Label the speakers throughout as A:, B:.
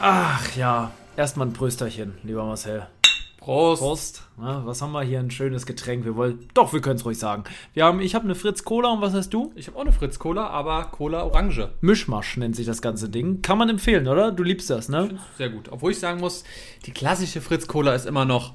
A: Ach ja, erstmal ein Prösterchen, lieber Marcel.
B: Prost.
A: Prost. Na, was haben wir hier? Ein schönes Getränk. Wir wollen. Doch, wir können es ruhig sagen. Wir haben, ich habe eine Fritz Cola und was hast du?
B: Ich habe auch eine Fritz Cola, aber Cola Orange.
A: Mischmasch nennt sich das ganze Ding. Kann man empfehlen, oder? Du liebst das, ne?
B: Sehr gut. Obwohl ich sagen muss, die klassische Fritz Cola ist immer noch.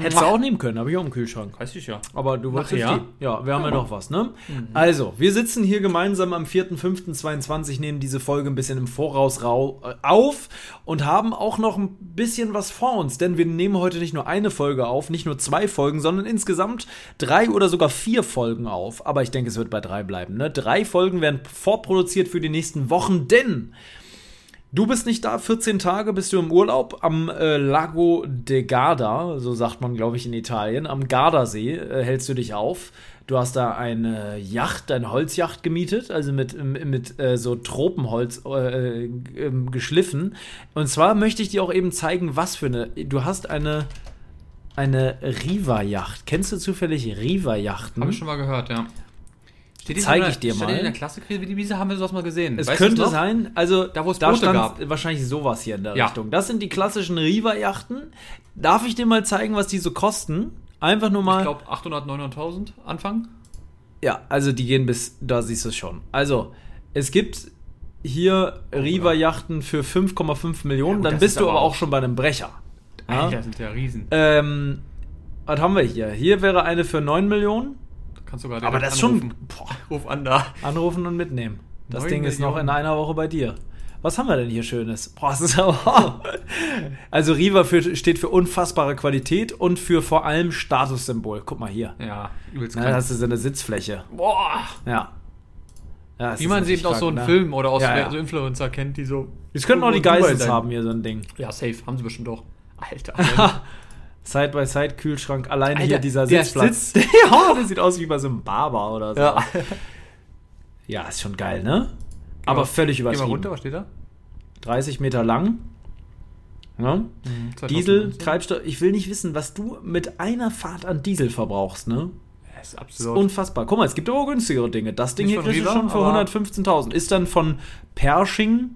A: Hättest du auch nehmen können, habe ich auch im Kühlschrank.
B: Weiß ich ja.
A: Aber du wolltest
B: ja.
A: die. Ja, wir haben ja, noch was, ne? Also, wir sitzen hier gemeinsam am 4.5.22, nehmen diese Folge ein bisschen im Voraus rau äh, auf und haben auch noch ein bisschen was vor uns, denn wir nehmen heute nicht nur eine Folge auf, nicht nur zwei Folgen, sondern insgesamt drei oder sogar vier Folgen auf. Aber ich denke, es wird bei drei bleiben, ne? Drei Folgen werden vorproduziert für die nächsten Wochen, denn Du bist nicht da, 14 Tage bist du im Urlaub am äh, Lago de Garda, so sagt man, glaube ich, in Italien. Am Gardasee äh, hältst du dich auf. Du hast da eine Yacht, eine Holzjacht gemietet, also mit, ähm, mit äh, so Tropenholz äh, ähm, geschliffen. Und zwar möchte ich dir auch eben zeigen, was für eine. Du hast eine, eine Riva-Yacht. Kennst du zufällig Riva-Yachten?
B: Habe ich schon mal gehört, ja. Steht die
A: Mhm. Zeig
B: in der-
A: ich dir
B: steht
A: mal.
B: die In der Klassenkrise, wie die Wiese haben wir sowas mal gesehen.
A: Es
B: Weißt du
A: könnte
B: noch?
A: sein, also
B: Da, wo es
A: da
B: Boote
A: stand
B: gab.
A: wahrscheinlich sowas hier in der
B: Ja.
A: Richtung. Das sind die klassischen Riva-Yachten. Darf ich dir mal zeigen, was die so kosten? Einfach nur mal.
B: Ich glaube 800, 900.000 Anfang.
A: ja, also die gehen bis, da siehst du es schon. Also, es gibt hier Riva-Yachten für 5,5 Millionen,
B: gut,
A: dann
B: das
A: bist
B: ist
A: du
B: aber
A: aber
B: auch-
A: auch schon bei einem Brecher. Ja?
B: Alter, das sind ja Riesen.
A: Ähm, was haben wir hier? Hier wäre eine für 9 Millionen.
B: Kannst du gerade
A: Aber
B: direkt
A: das ist schon.
B: anrufen.
A: Boah,
B: Ruf an da.
A: Anrufen und mitnehmen. Das
B: Neun
A: Ding ist noch
B: Millionen.
A: in einer Woche bei dir. Was haben wir denn hier Schönes? Boah, es ist aber. Also Riva für, steht für unfassbare Qualität und für vor allem Statussymbol. Guck mal hier.
B: Ja, übelst
A: Na,
B: krank.
A: das ist eine Sitzfläche.
B: Boah.
A: Ja. Ja, das
B: Wie
A: ist
B: man sie
A: natürlich
B: eben aus so
A: krank,
B: einem
A: ne?
B: Film oder aus
A: Ja, ja.
B: so Influencer kennt, die so.
A: Das könnten auch die
B: Dubai
A: Geissens
B: sein.
A: haben hier so ein Ding.
B: Ja, safe. Haben sie bestimmt auch. Alter.
A: Side-by-Side-Kühlschrank, allein
B: Alter,
A: hier dieser
B: der
A: Sitzplatz.
B: Sitz-
A: ja, das sieht aus wie bei so einem Barber oder so.
B: ja.
A: Ja, ist schon geil, ne? Aber
B: mal-
A: völlig
B: Geh mal
A: übertrieben.
B: runter, was steht da?
A: 30 Meter lang. Ja. Diesel,
B: 2019.
A: Treibstoff. Ich will nicht wissen, was du mit einer Fahrt an Diesel verbrauchst, ne?
B: Das ist
A: Das ist
B: absurd.
A: unfassbar. Guck mal, es gibt aber auch günstigere Dinge. Das Ding
B: Nicht
A: hier
B: von
A: kriegst du
B: Riva,
A: schon für
B: aber-
A: 115.000. Ist dann von Pershing.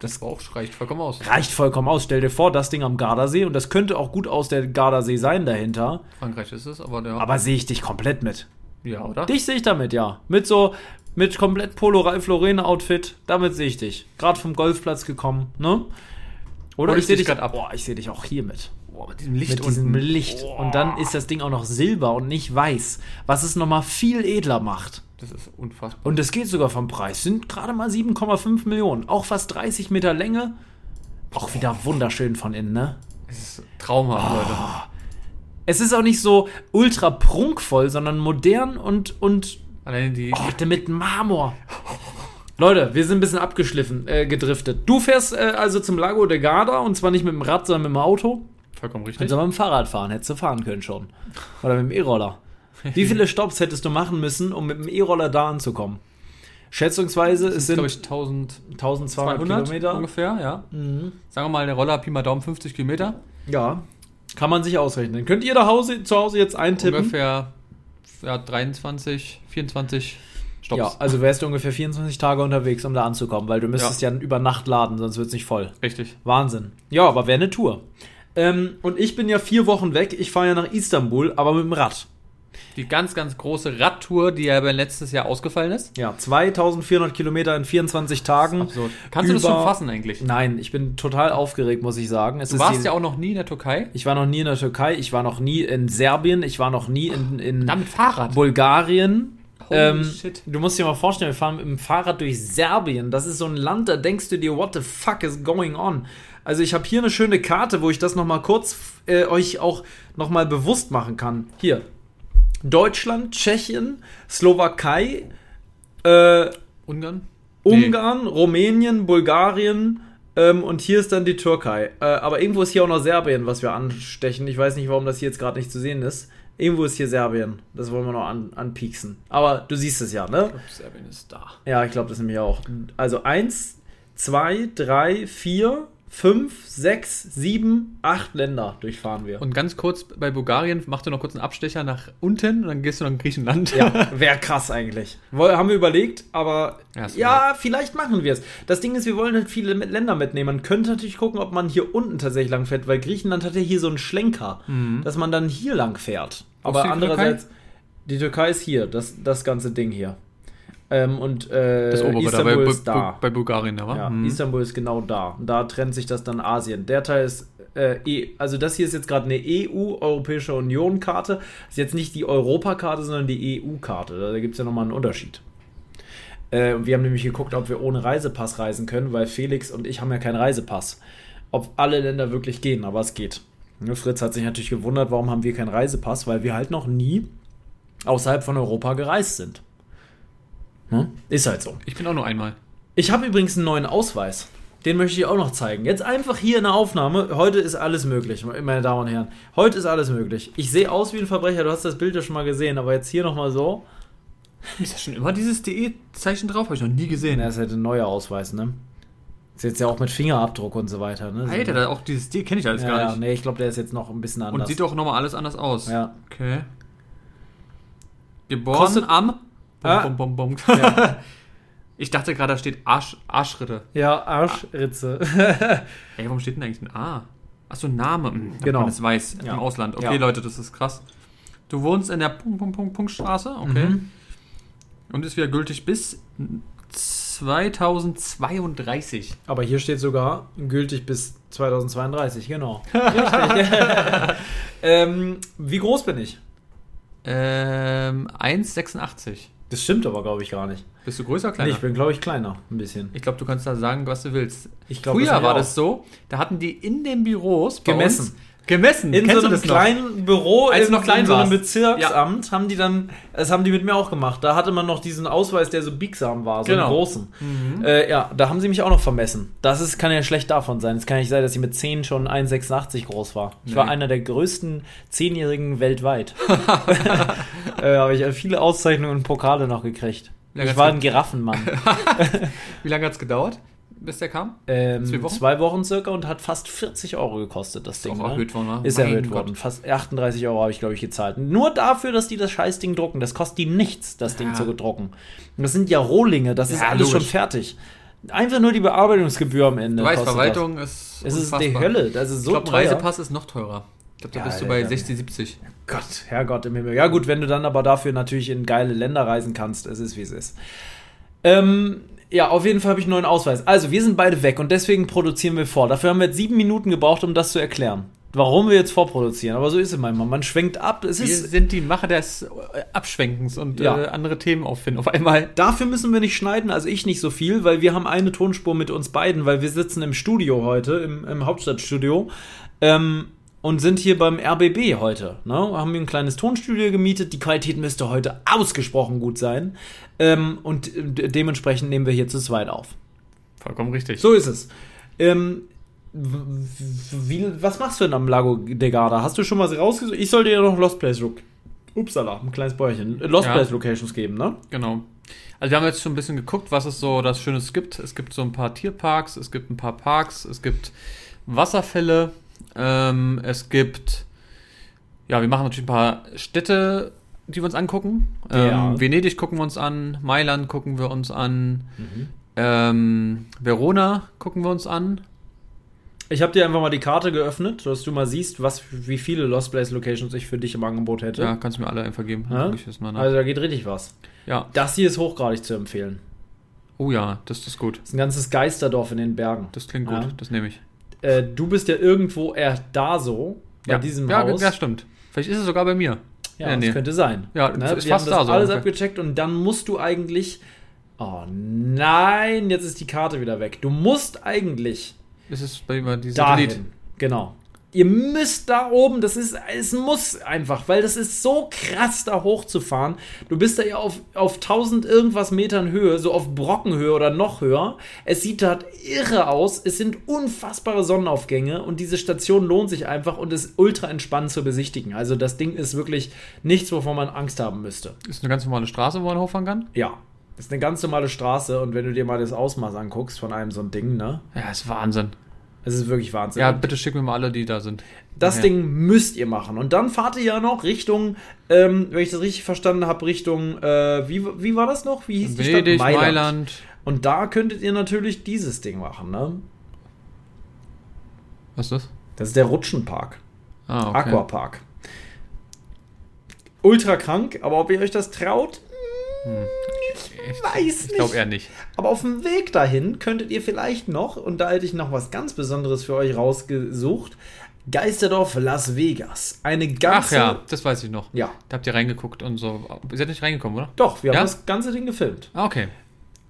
B: das auch reicht vollkommen aus.
A: Reicht vollkommen aus. Stell dir vor, das Ding am Gardasee. Und das könnte auch gut aus der Gardasee sein dahinter.
B: Frankreich ist es, aber der.
A: Aber sehe ich dich komplett mit.
B: ja, oder?
A: Dich sehe ich damit, ja. Mit so, mit komplett Polo Ralph Lauren Outfit. Damit sehe ich dich. Gerade vom Golfplatz gekommen, ne? Oder
B: Hol
A: ich
B: ich
A: sehe
B: dich
A: dich,
B: grad ab.
A: Boah, ich sehe dich auch hier mit.
B: Boah, mit diesem Licht
A: mit diesem
B: unten.
A: Licht. Und dann ist das Ding auch noch silber und nicht weiß, was es nochmal viel edler macht.
B: Das ist unfassbar.
A: Und das geht sogar vom Preis. Sind gerade mal 7,5 Millionen. Auch fast 30 Meter Länge. Auch wieder wunderschön von innen, ne?
B: Es ist traumhaft,
A: Oh.
B: Leute.
A: Es ist auch nicht so ultra prunkvoll, sondern modern und, und
B: Allein die.
A: oh, mit Marmor. Leute, wir sind ein bisschen abgeschliffen, äh, gedriftet. Du fährst äh, also zum Lago de Garda und zwar nicht mit dem Rad, sondern mit dem Auto.
B: Vollkommen richtig.
A: Kannst du aber mit dem Fahrrad fahren, hättest du fahren können schon. Oder mit dem E-Roller. Wie viele Stops hättest du machen müssen, um mit dem E-Roller da anzukommen? Schätzungsweise es
B: glaube
A: sind
B: ich 1000.
A: 1200
B: 200
A: Kilometer.
B: ungefähr, ja.
A: Mhm.
B: Sagen wir mal, der Roller Pi mal Daumen 50 Kilometer.
A: Ja. Kann man sich ausrechnen. Könnt ihr da Hause, zu Hause jetzt eintippen?
B: Ungefähr ja, 23, 24 Stops.
A: Ja, also wärst du ungefähr 24 Tage unterwegs, um da anzukommen, weil du müsstest ja, über Nacht laden, sonst wird es nicht voll.
B: Richtig.
A: Wahnsinn. Ja, aber wäre eine Tour. Ähm, und ich bin ja vier Wochen weg. Ich fahre ja nach Istanbul, aber mit dem Rad.
B: Die ganz, ganz große Radtour, die ja aber letztes Jahr ausgefallen ist.
A: Ja, 2400 Kilometer in 24 Tagen.
B: Absurd. Kannst du das
A: Mhm. Über-
B: schon fassen eigentlich?
A: Nein, ich bin total aufgeregt, muss ich sagen. Es
B: Du
A: ist
B: warst
A: die-
B: ja auch noch nie in der Türkei.
A: ich war noch nie in der Türkei, ich war noch nie in Serbien, ich war noch nie in, in
B: Damit Fahrrad.
A: Bulgarien.
B: Holy
A: ähm,
B: shit.
A: Du musst dir mal vorstellen, wir fahren mit dem Fahrrad durch Serbien. Das ist so ein Land, da denkst du dir, what the fuck is going on? Also ich habe hier eine schöne Karte, wo ich das nochmal kurz äh, euch auch nochmal bewusst machen kann. Hier. Deutschland, Tschechien, Slowakei, äh,
B: Ungarn?
A: Ungarn, Rumänien, Bulgarien ähm, und hier ist dann die Türkei. Äh, aber irgendwo ist hier auch noch Serbien, was wir anstechen. Ich weiß nicht, warum das hier jetzt gerade nicht zu sehen ist. Irgendwo ist hier Serbien. Das wollen wir noch an, anpieksen. Aber du siehst es ja, ne?
B: Nee. Serbien ist da.
A: Ja, ich glaube das nämlich auch. Also 1, 2, 3, 4, 5, 6, 7, 8 Länder durchfahren wir.
B: Und ganz kurz bei Bulgarien, mach du noch kurz einen Abstecher nach unten und dann gehst du nach Griechenland.
A: Ja, wäre krass eigentlich. Woll, haben wir überlegt, aber
B: Ja,
A: ja,
B: ist
A: vielleicht machen wir es. Das Ding ist, wir wollen halt viele mit- Länder mitnehmen. Man könnte natürlich gucken, ob man hier unten tatsächlich lang fährt, weil Griechenland hat ja hier so einen Schlenker,
B: Mhm.
A: dass man dann hier lang fährt.
B: Wo
A: Aber
B: ist die
A: andererseits, die Türkei ist hier, das, das ganze Ding hier. Ähm, und äh,
B: Das obere da bei,
A: Istanbul
B: Bu-
A: ist da.
B: Bu- bei Bulgarien, da war.
A: Ja,
B: Mhm.
A: Istanbul ist genau da. Und da trennt sich das dann Asien. Der Teil ist, äh, e also das hier ist jetzt gerade eine EU, Europäische Union-Karte. Ist jetzt nicht die Europakarte, sondern die EU-Karte. Da gibt es ja nochmal einen Unterschied. Äh, wir haben nämlich geguckt, ob wir ohne Reisepass reisen können, weil Felix und ich haben ja keinen Reisepass. Ob alle Länder wirklich gehen, aber es geht. Ne, Fritz hat sich natürlich gewundert, warum haben wir keinen Reisepass, weil wir halt noch nie außerhalb von Europa gereist sind. Ne? Ist halt so.
B: Ich bin auch nur einmal.
A: Ich habe übrigens einen neuen Ausweis. Den möchte ich auch noch zeigen. Jetzt einfach hier in der Aufnahme. Heute ist alles möglich, meine Damen und Herren. Heute ist alles möglich. Ich sehe aus wie ein Verbrecher. Du hast das Bild ja schon mal gesehen, aber jetzt hier nochmal so.
B: Ist ja schon immer dieses DE-Zeichen drauf, habe ich noch nie gesehen.
A: Na, ist halt ein neuer Ausweis, ne? Ist jetzt ja auch mit Fingerabdruck und so weiter, ne?
B: Alter, da- auch dieses D kenne ich alles
A: ja,
B: gar
A: ja,
B: nicht.
A: nee, ich glaube, der ist jetzt noch ein bisschen
B: Und
A: anders.
B: sieht auch nochmal alles anders aus.
A: Ja.
B: Okay. Geboren
A: Kostet-
B: am.
A: Ah.
B: Bum, bum, bum, bum. Ich dachte gerade, da steht Arsch, Arschritte.
A: ja, Arschritze.
B: Ah, Ey, warum steht denn eigentlich ein A? Achso, Name. Hm, damit
A: Genau.
B: Man das weiß.
A: Ja.
B: Im Ausland. Okay,
A: Ja.
B: Leute, das ist krass. Du wohnst in der Punkt, Punkt, Punkt, Punkt Straße. Okay.
A: Mhm.
B: Und ist wieder gültig bis 2032.
A: aber hier steht sogar gültig bis 2032, genau. Richtig. ähm, wie groß bin ich?
B: Ähm, 1,86.
A: Das stimmt aber, glaube ich, gar nicht.
B: Bist du größer,
A: Nee,
B: kleiner?
A: ich bin, glaube ich, kleiner. Ein bisschen.
B: Ich glaube, du kannst da sagen, was du willst.
A: Ich glaub,
B: Früher
A: das
B: war
A: war ja
B: das so, da hatten die in den Büros bei
A: Gemessen.
B: Uns, gemessen.
A: In
B: Kennst
A: so
B: du
A: einem
B: das noch?
A: kleinen Büro,
B: Als
A: in,
B: du noch klein
A: in so einem
B: warst.
A: Bezirksamt, haben die dann, das haben die mit mir auch gemacht. Da hatte man noch diesen Ausweis, der so biegsam war, so
B: Genau.
A: einen großen. Äh, ja, da haben sie mich auch noch vermessen. Das ist, kann ja schlecht davon sein. Es kann ja nicht sein, dass ich mit 10 schon 1,86 groß war. Ich war
B: Nee.
A: einer der größten Zehnjährigen weltweit. äh, Habe ich viele Auszeichnungen und Pokale noch gekriegt.
B: Ja,
A: ich
B: ganz
A: war
B: gut.
A: ein Giraffenmann.
B: Wie lange hat es gedauert, bis der kam?
A: Ähm,
B: Zwei Wochen?
A: zwei Wochen circa und hat fast 40 Euro gekostet, das Ding.
B: auch erhöht worden, ne?
A: Ist
B: Mein
A: erhöht
B: Gott.
A: worden. Fast 38 Euro habe ich, glaube ich, gezahlt. Nur dafür, dass die das Scheißding drucken. Das kostet die nichts, das Ding
B: Ja.
A: zu drucken. Und das sind ja Rohlinge, das ist
B: Ja,
A: alles schon
B: logisch.
A: fertig. Einfach nur die Bearbeitungsgebühr am Ende.
B: Du weißt,
A: kostet
B: Verwaltung ist.
A: Das. Es ist die
B: unfassbar.
A: Hölle. Das ist
B: Ich
A: so
B: glaube, ein
A: teuer.
B: Reisepass ist noch teurer. Ich glaube, da
A: Ja,
B: bist du bei
A: Alter.
B: 60, 70.
A: Gott, Herrgott im Himmel. Ja, gut, wenn du dann aber dafür natürlich in geile Länder reisen kannst, es ist wie es ist. Ähm, ja, auf jeden Fall habe ich einen neuen Ausweis. Also, wir sind beide weg und deswegen produzieren wir vor. Dafür haben wir jetzt sieben Minuten gebraucht, um das zu erklären. Warum wir jetzt vorproduzieren. Aber so ist es manchmal. Man schwenkt ab. Es
B: Wir
A: ist,
B: sind die Macher des äh, Abschwenkens und
A: Ja.
B: äh, andere Themen auffinden. Auf einmal.
A: dafür müssen wir nicht schneiden, also ich nicht so viel, weil wir haben eine Tonspur mit uns beiden, weil wir sitzen im Studio heute, im, im Hauptstadtstudio. Ähm, und sind hier beim RBB heute. Ne? Haben hier ein kleines Tonstudio gemietet. Die Qualität müsste heute ausgesprochen gut sein. Ähm, und de dementsprechend nehmen wir hier zu zweit auf.
B: Vollkommen richtig.
A: So ist es. Ähm, w- w- wie, was machst du denn am Lago de Garda? Hast du schon was rausgesucht? Ich sollte dir noch Lost Place Look. Upsala, ein kleines Bäuerchen. Äh, Lost
B: Ja.
A: Place Locations geben, ne?
B: Genau. Also wir haben jetzt schon ein bisschen geguckt, was es so das Schönes gibt. Es gibt so ein paar Tierparks, es gibt ein paar Parks, es gibt Wasserfälle, ähm, es gibt, ja, wir machen natürlich ein paar Städte, die wir uns angucken. Ähm,
A: Ja.
B: Venedig gucken wir uns an, Mailand gucken wir uns an, ähm, Verona gucken wir uns an.
A: Ich habe dir einfach mal die Karte geöffnet, dass du mal siehst, was, wie viele Lost Place Locations ich für dich im Angebot hätte.
B: Ja, kannst du mir alle einfach geben.
A: Ja?
B: Guck ich jetzt mal nach.
A: Also da geht richtig was.
B: ja.
A: Das hier ist hochgradig zu empfehlen.
B: Oh ja, das ist gut.
A: Das ist ein ganzes Geisterdorf in den Bergen.
B: Das klingt gut,
A: Ja.
B: das nehme ich.
A: Äh, du bist ja irgendwo eher da so, bei
B: ja.
A: diesem
B: ja,
A: Haus.
B: Ja, stimmt. Vielleicht ist es sogar bei mir.
A: Ja,
B: Ja,
A: das
B: nee.
A: könnte sein.
B: Ja,
A: ne?
B: ist
A: Wir haben
B: fast
A: das
B: da so
A: alles
B: ungefähr.
A: abgecheckt und dann musst du eigentlich. Oh nein, jetzt ist die Karte wieder weg. Du musst eigentlich
B: ist es bei über die
A: Dahin.
B: Satellit.
A: Genau. Ihr müsst da oben, das ist, es muss einfach, weil das ist so krass, da hochzufahren. Du bist da ja auf, auf 1000 irgendwas Metern Höhe, so auf Brockenhöhe oder noch höher. Es sieht dort irre aus. Es sind unfassbare Sonnenaufgänge und diese Station lohnt sich einfach und ist ultra entspannt zu besichtigen. Also das Ding ist wirklich nichts, wovon man Angst haben müsste.
B: Ist eine ganz normale Straße, wo man hochfahren kann?
A: Ja. Das ist eine ganz normale Straße und wenn du dir mal das Ausmaß anguckst von einem so ein Ding, ne?
B: Ja, ist Wahnsinn.
A: Es ist wirklich Wahnsinn.
B: Ja,
A: Und
B: bitte schick mir mal alle, die da sind.
A: Das
B: Ja.
A: Ding müsst ihr machen. Und dann fahrt ihr ja noch Richtung, ähm, wenn ich das richtig verstanden habe, Richtung, äh, wie, wie war das noch? Wie hieß die Stadt?
B: Venedig, Mailand.
A: Und da könntet ihr natürlich dieses Ding machen, ne?
B: Was ist das?
A: Das ist der Rutschenpark,
B: Ah, okay.
A: Aquapark. Ultra krank, aber ob ihr euch das traut,
B: Ich
A: weiß
B: Ich glaube
A: nicht.
B: eher nicht.
A: Aber auf dem Weg dahin könntet ihr vielleicht noch, und da hätte ich noch was ganz Besonderes für euch rausgesucht, Geisterdorf Las Vegas. Eine
B: Ach
A: ganze...
B: ja, das weiß ich noch.
A: Ja.
B: Da habt ihr reingeguckt und so. Ihr seid nicht reingekommen, oder?
A: Doch, wir
B: Ja?
A: haben das ganze Ding gefilmt.
B: Ah, okay.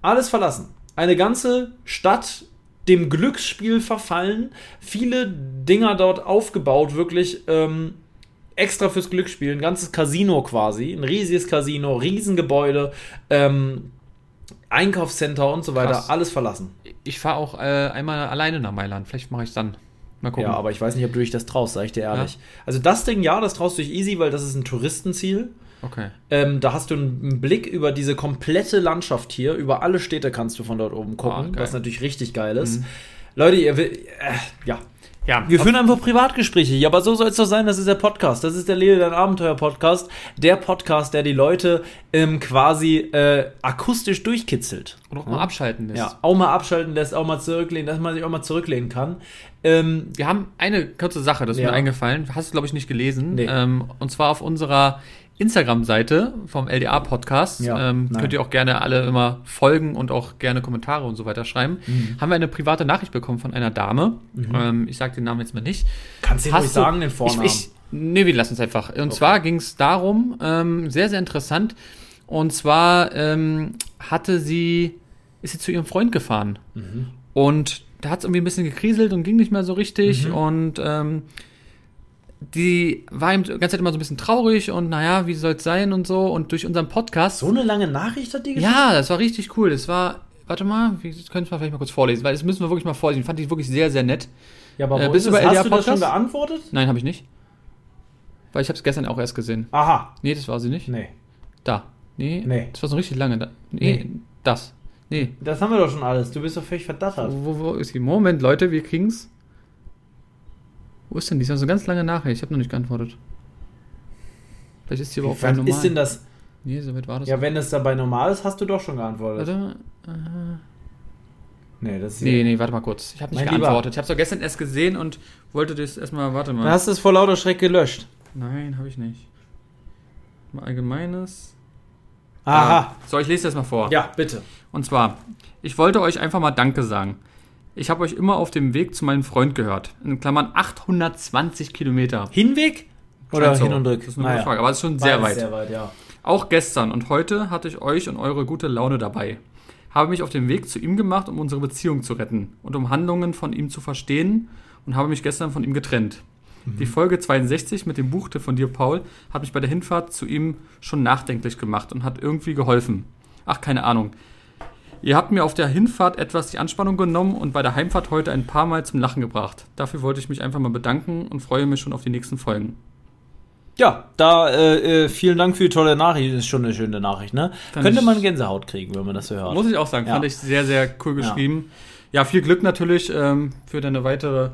A: alles verlassen. Eine ganze Stadt dem Glücksspiel verfallen. Viele Dinger dort aufgebaut, wirklich ähm, extra fürs Glücksspiel. Ein ganzes Casino quasi. Ein riesiges Casino, Riesengebäude, ähm, Einkaufscenter und so weiter.
B: Krass.
A: Alles verlassen.
B: Ich fahre auch äh, einmal alleine nach Mailand. Vielleicht mache ich dann. Mal gucken.
A: Ja, aber ich weiß nicht, ob du dich das traust, sag ich dir ehrlich. Also das Ding, ja, das traust du dich easy, weil das ist ein Touristenziel.
B: okay.
A: Ähm, da hast du einen Blick über diese komplette Landschaft hier. Über alle Städte kannst du von dort oben
B: Ah,
A: gucken,
B: geil. Mhm.
A: was natürlich richtig geil ist. Leute, ihr will. Äh, ja.
B: Ja,
A: Wir führen einfach Privatgespräche. Ja, aber so soll es doch sein. Das ist der Podcast. Das ist der Lele dein Abenteuer Podcast. Der Podcast, der die Leute ähm, quasi äh, akustisch durchkitzelt.
B: und auch mal abschalten lässt.
A: Ja, auch mal abschalten lässt, auch mal zurücklehnen, dass man sich auch mal zurücklehnen kann. Ähm,
B: Wir haben eine kurze Sache, das ist
A: Ja.
B: mir eingefallen. Hast du, glaube ich, nicht gelesen.
A: Nee.
B: Ähm, und zwar auf unserer Instagram-Seite vom LDA-Podcast.
A: Ja,
B: ähm,
A: nein.
B: könnt ihr auch gerne alle immer folgen und auch gerne Kommentare und so weiter schreiben.
A: Mhm.
B: Haben wir eine private Nachricht bekommen von einer Dame. Ähm, ich sage den Namen jetzt mal nicht.
A: kannst du dir
B: Hast
A: ruhig
B: du-
A: sagen, den Vornamen.
B: Ich, ich, nee, wir lassen es einfach. Und zwar ging es darum, ähm, sehr, sehr interessant. Und zwar ähm, hatte sie, ist sie zu ihrem Freund gefahren.
A: Mhm.
B: Und da hat es irgendwie ein bisschen gekriselt und ging nicht mehr so richtig.
A: Mhm.
B: Und ähm, die war eben die ganze Zeit immer so ein bisschen traurig und naja, wie soll es sein und so. Und durch unseren Podcast.
A: so eine lange Nachricht hat die geschickt?
B: ja, das war richtig cool. Das war, warte mal, wie- das können wir vielleicht mal kurz vorlesen, weil das müssen wir wirklich mal vorlesen. Fand ich wirklich sehr, sehr nett.
A: Ja, aber
B: Äh,
A: wo
B: bist
A: ist
B: du
A: das?
B: bei LDR
A: hast du das schon
B: Podcast?
A: beantwortet?
B: Nein, habe ich nicht. Weil ich habe es gestern auch erst gesehen.
A: Aha.
B: Nee, das war sie nicht.
A: Nee.
B: Da. Nee.
A: Nee.
B: Das war so richtig lange. Da. Nee,
A: Nee.
B: das. Nee.
A: Das haben wir doch schon alles. Du bist doch völlig verdattert.
B: Wo, wo ist die? Moment, Leute, wir kriegen's. Wo ist denn die? Das war so eine ganz lange Nachricht. Ich habe noch nicht geantwortet. Vielleicht ist die aber auch
A: Was ist denn das?
B: Nee, soweit war das.
A: Ja, wenn das dabei normal ist, hast du doch schon geantwortet.
B: warte mal.
A: Nee, das ist
B: Nee, nee, warte mal kurz. Ich habe nicht
A: Mein Lieber.
B: geantwortet. Ich habe es doch gestern erst gesehen und wollte das erstmal. Warte mal.
A: Dann hast du es vor lauter Schreck gelöscht.
B: Nein, habe ich nicht. Mal allgemeines.
A: Aha.
B: Ah, So, ich lese das mal vor.
A: Ja, bitte.
B: Und zwar, ich wollte euch einfach mal Danke sagen. Ich habe euch immer auf dem Weg zu meinem Freund gehört. In Klammern 820 Kilometer.
A: Hinweg oder
B: Scheint so.
A: hin und rück?
B: Das ist eine gute Frage, aber es ist schon
A: Beides
B: sehr weit.
A: Sehr weit, ja.
B: Auch gestern und heute hatte ich euch und eure gute Laune dabei. Habe mich auf den Weg zu ihm gemacht, um unsere Beziehung zu retten und um Handlungen von ihm zu verstehen und habe mich gestern von ihm getrennt. Die Folge 62 mit dem Buchtipp von dir, Paul, hat mich bei der Hinfahrt zu ihm schon nachdenklich gemacht und hat irgendwie geholfen. Ach, keine Ahnung. Ihr habt mir auf der Hinfahrt etwas die Anspannung genommen und bei der Heimfahrt heute ein paar Mal zum Lachen gebracht. Dafür wollte ich mich einfach mal bedanken und freue mich schon auf die nächsten Folgen.
A: Ja, da äh, äh, vielen Dank für die tolle Nachricht. Ist schon eine schöne Nachricht, ne?
B: Fand
A: Könnte
B: ich-
A: man Gänsehaut kriegen, wenn man das so hört.
B: Muss ich auch sagen,
A: Ja.
B: fand ich sehr, sehr cool geschrieben. Ja, viel Glück natürlich ähm, für deine weitere.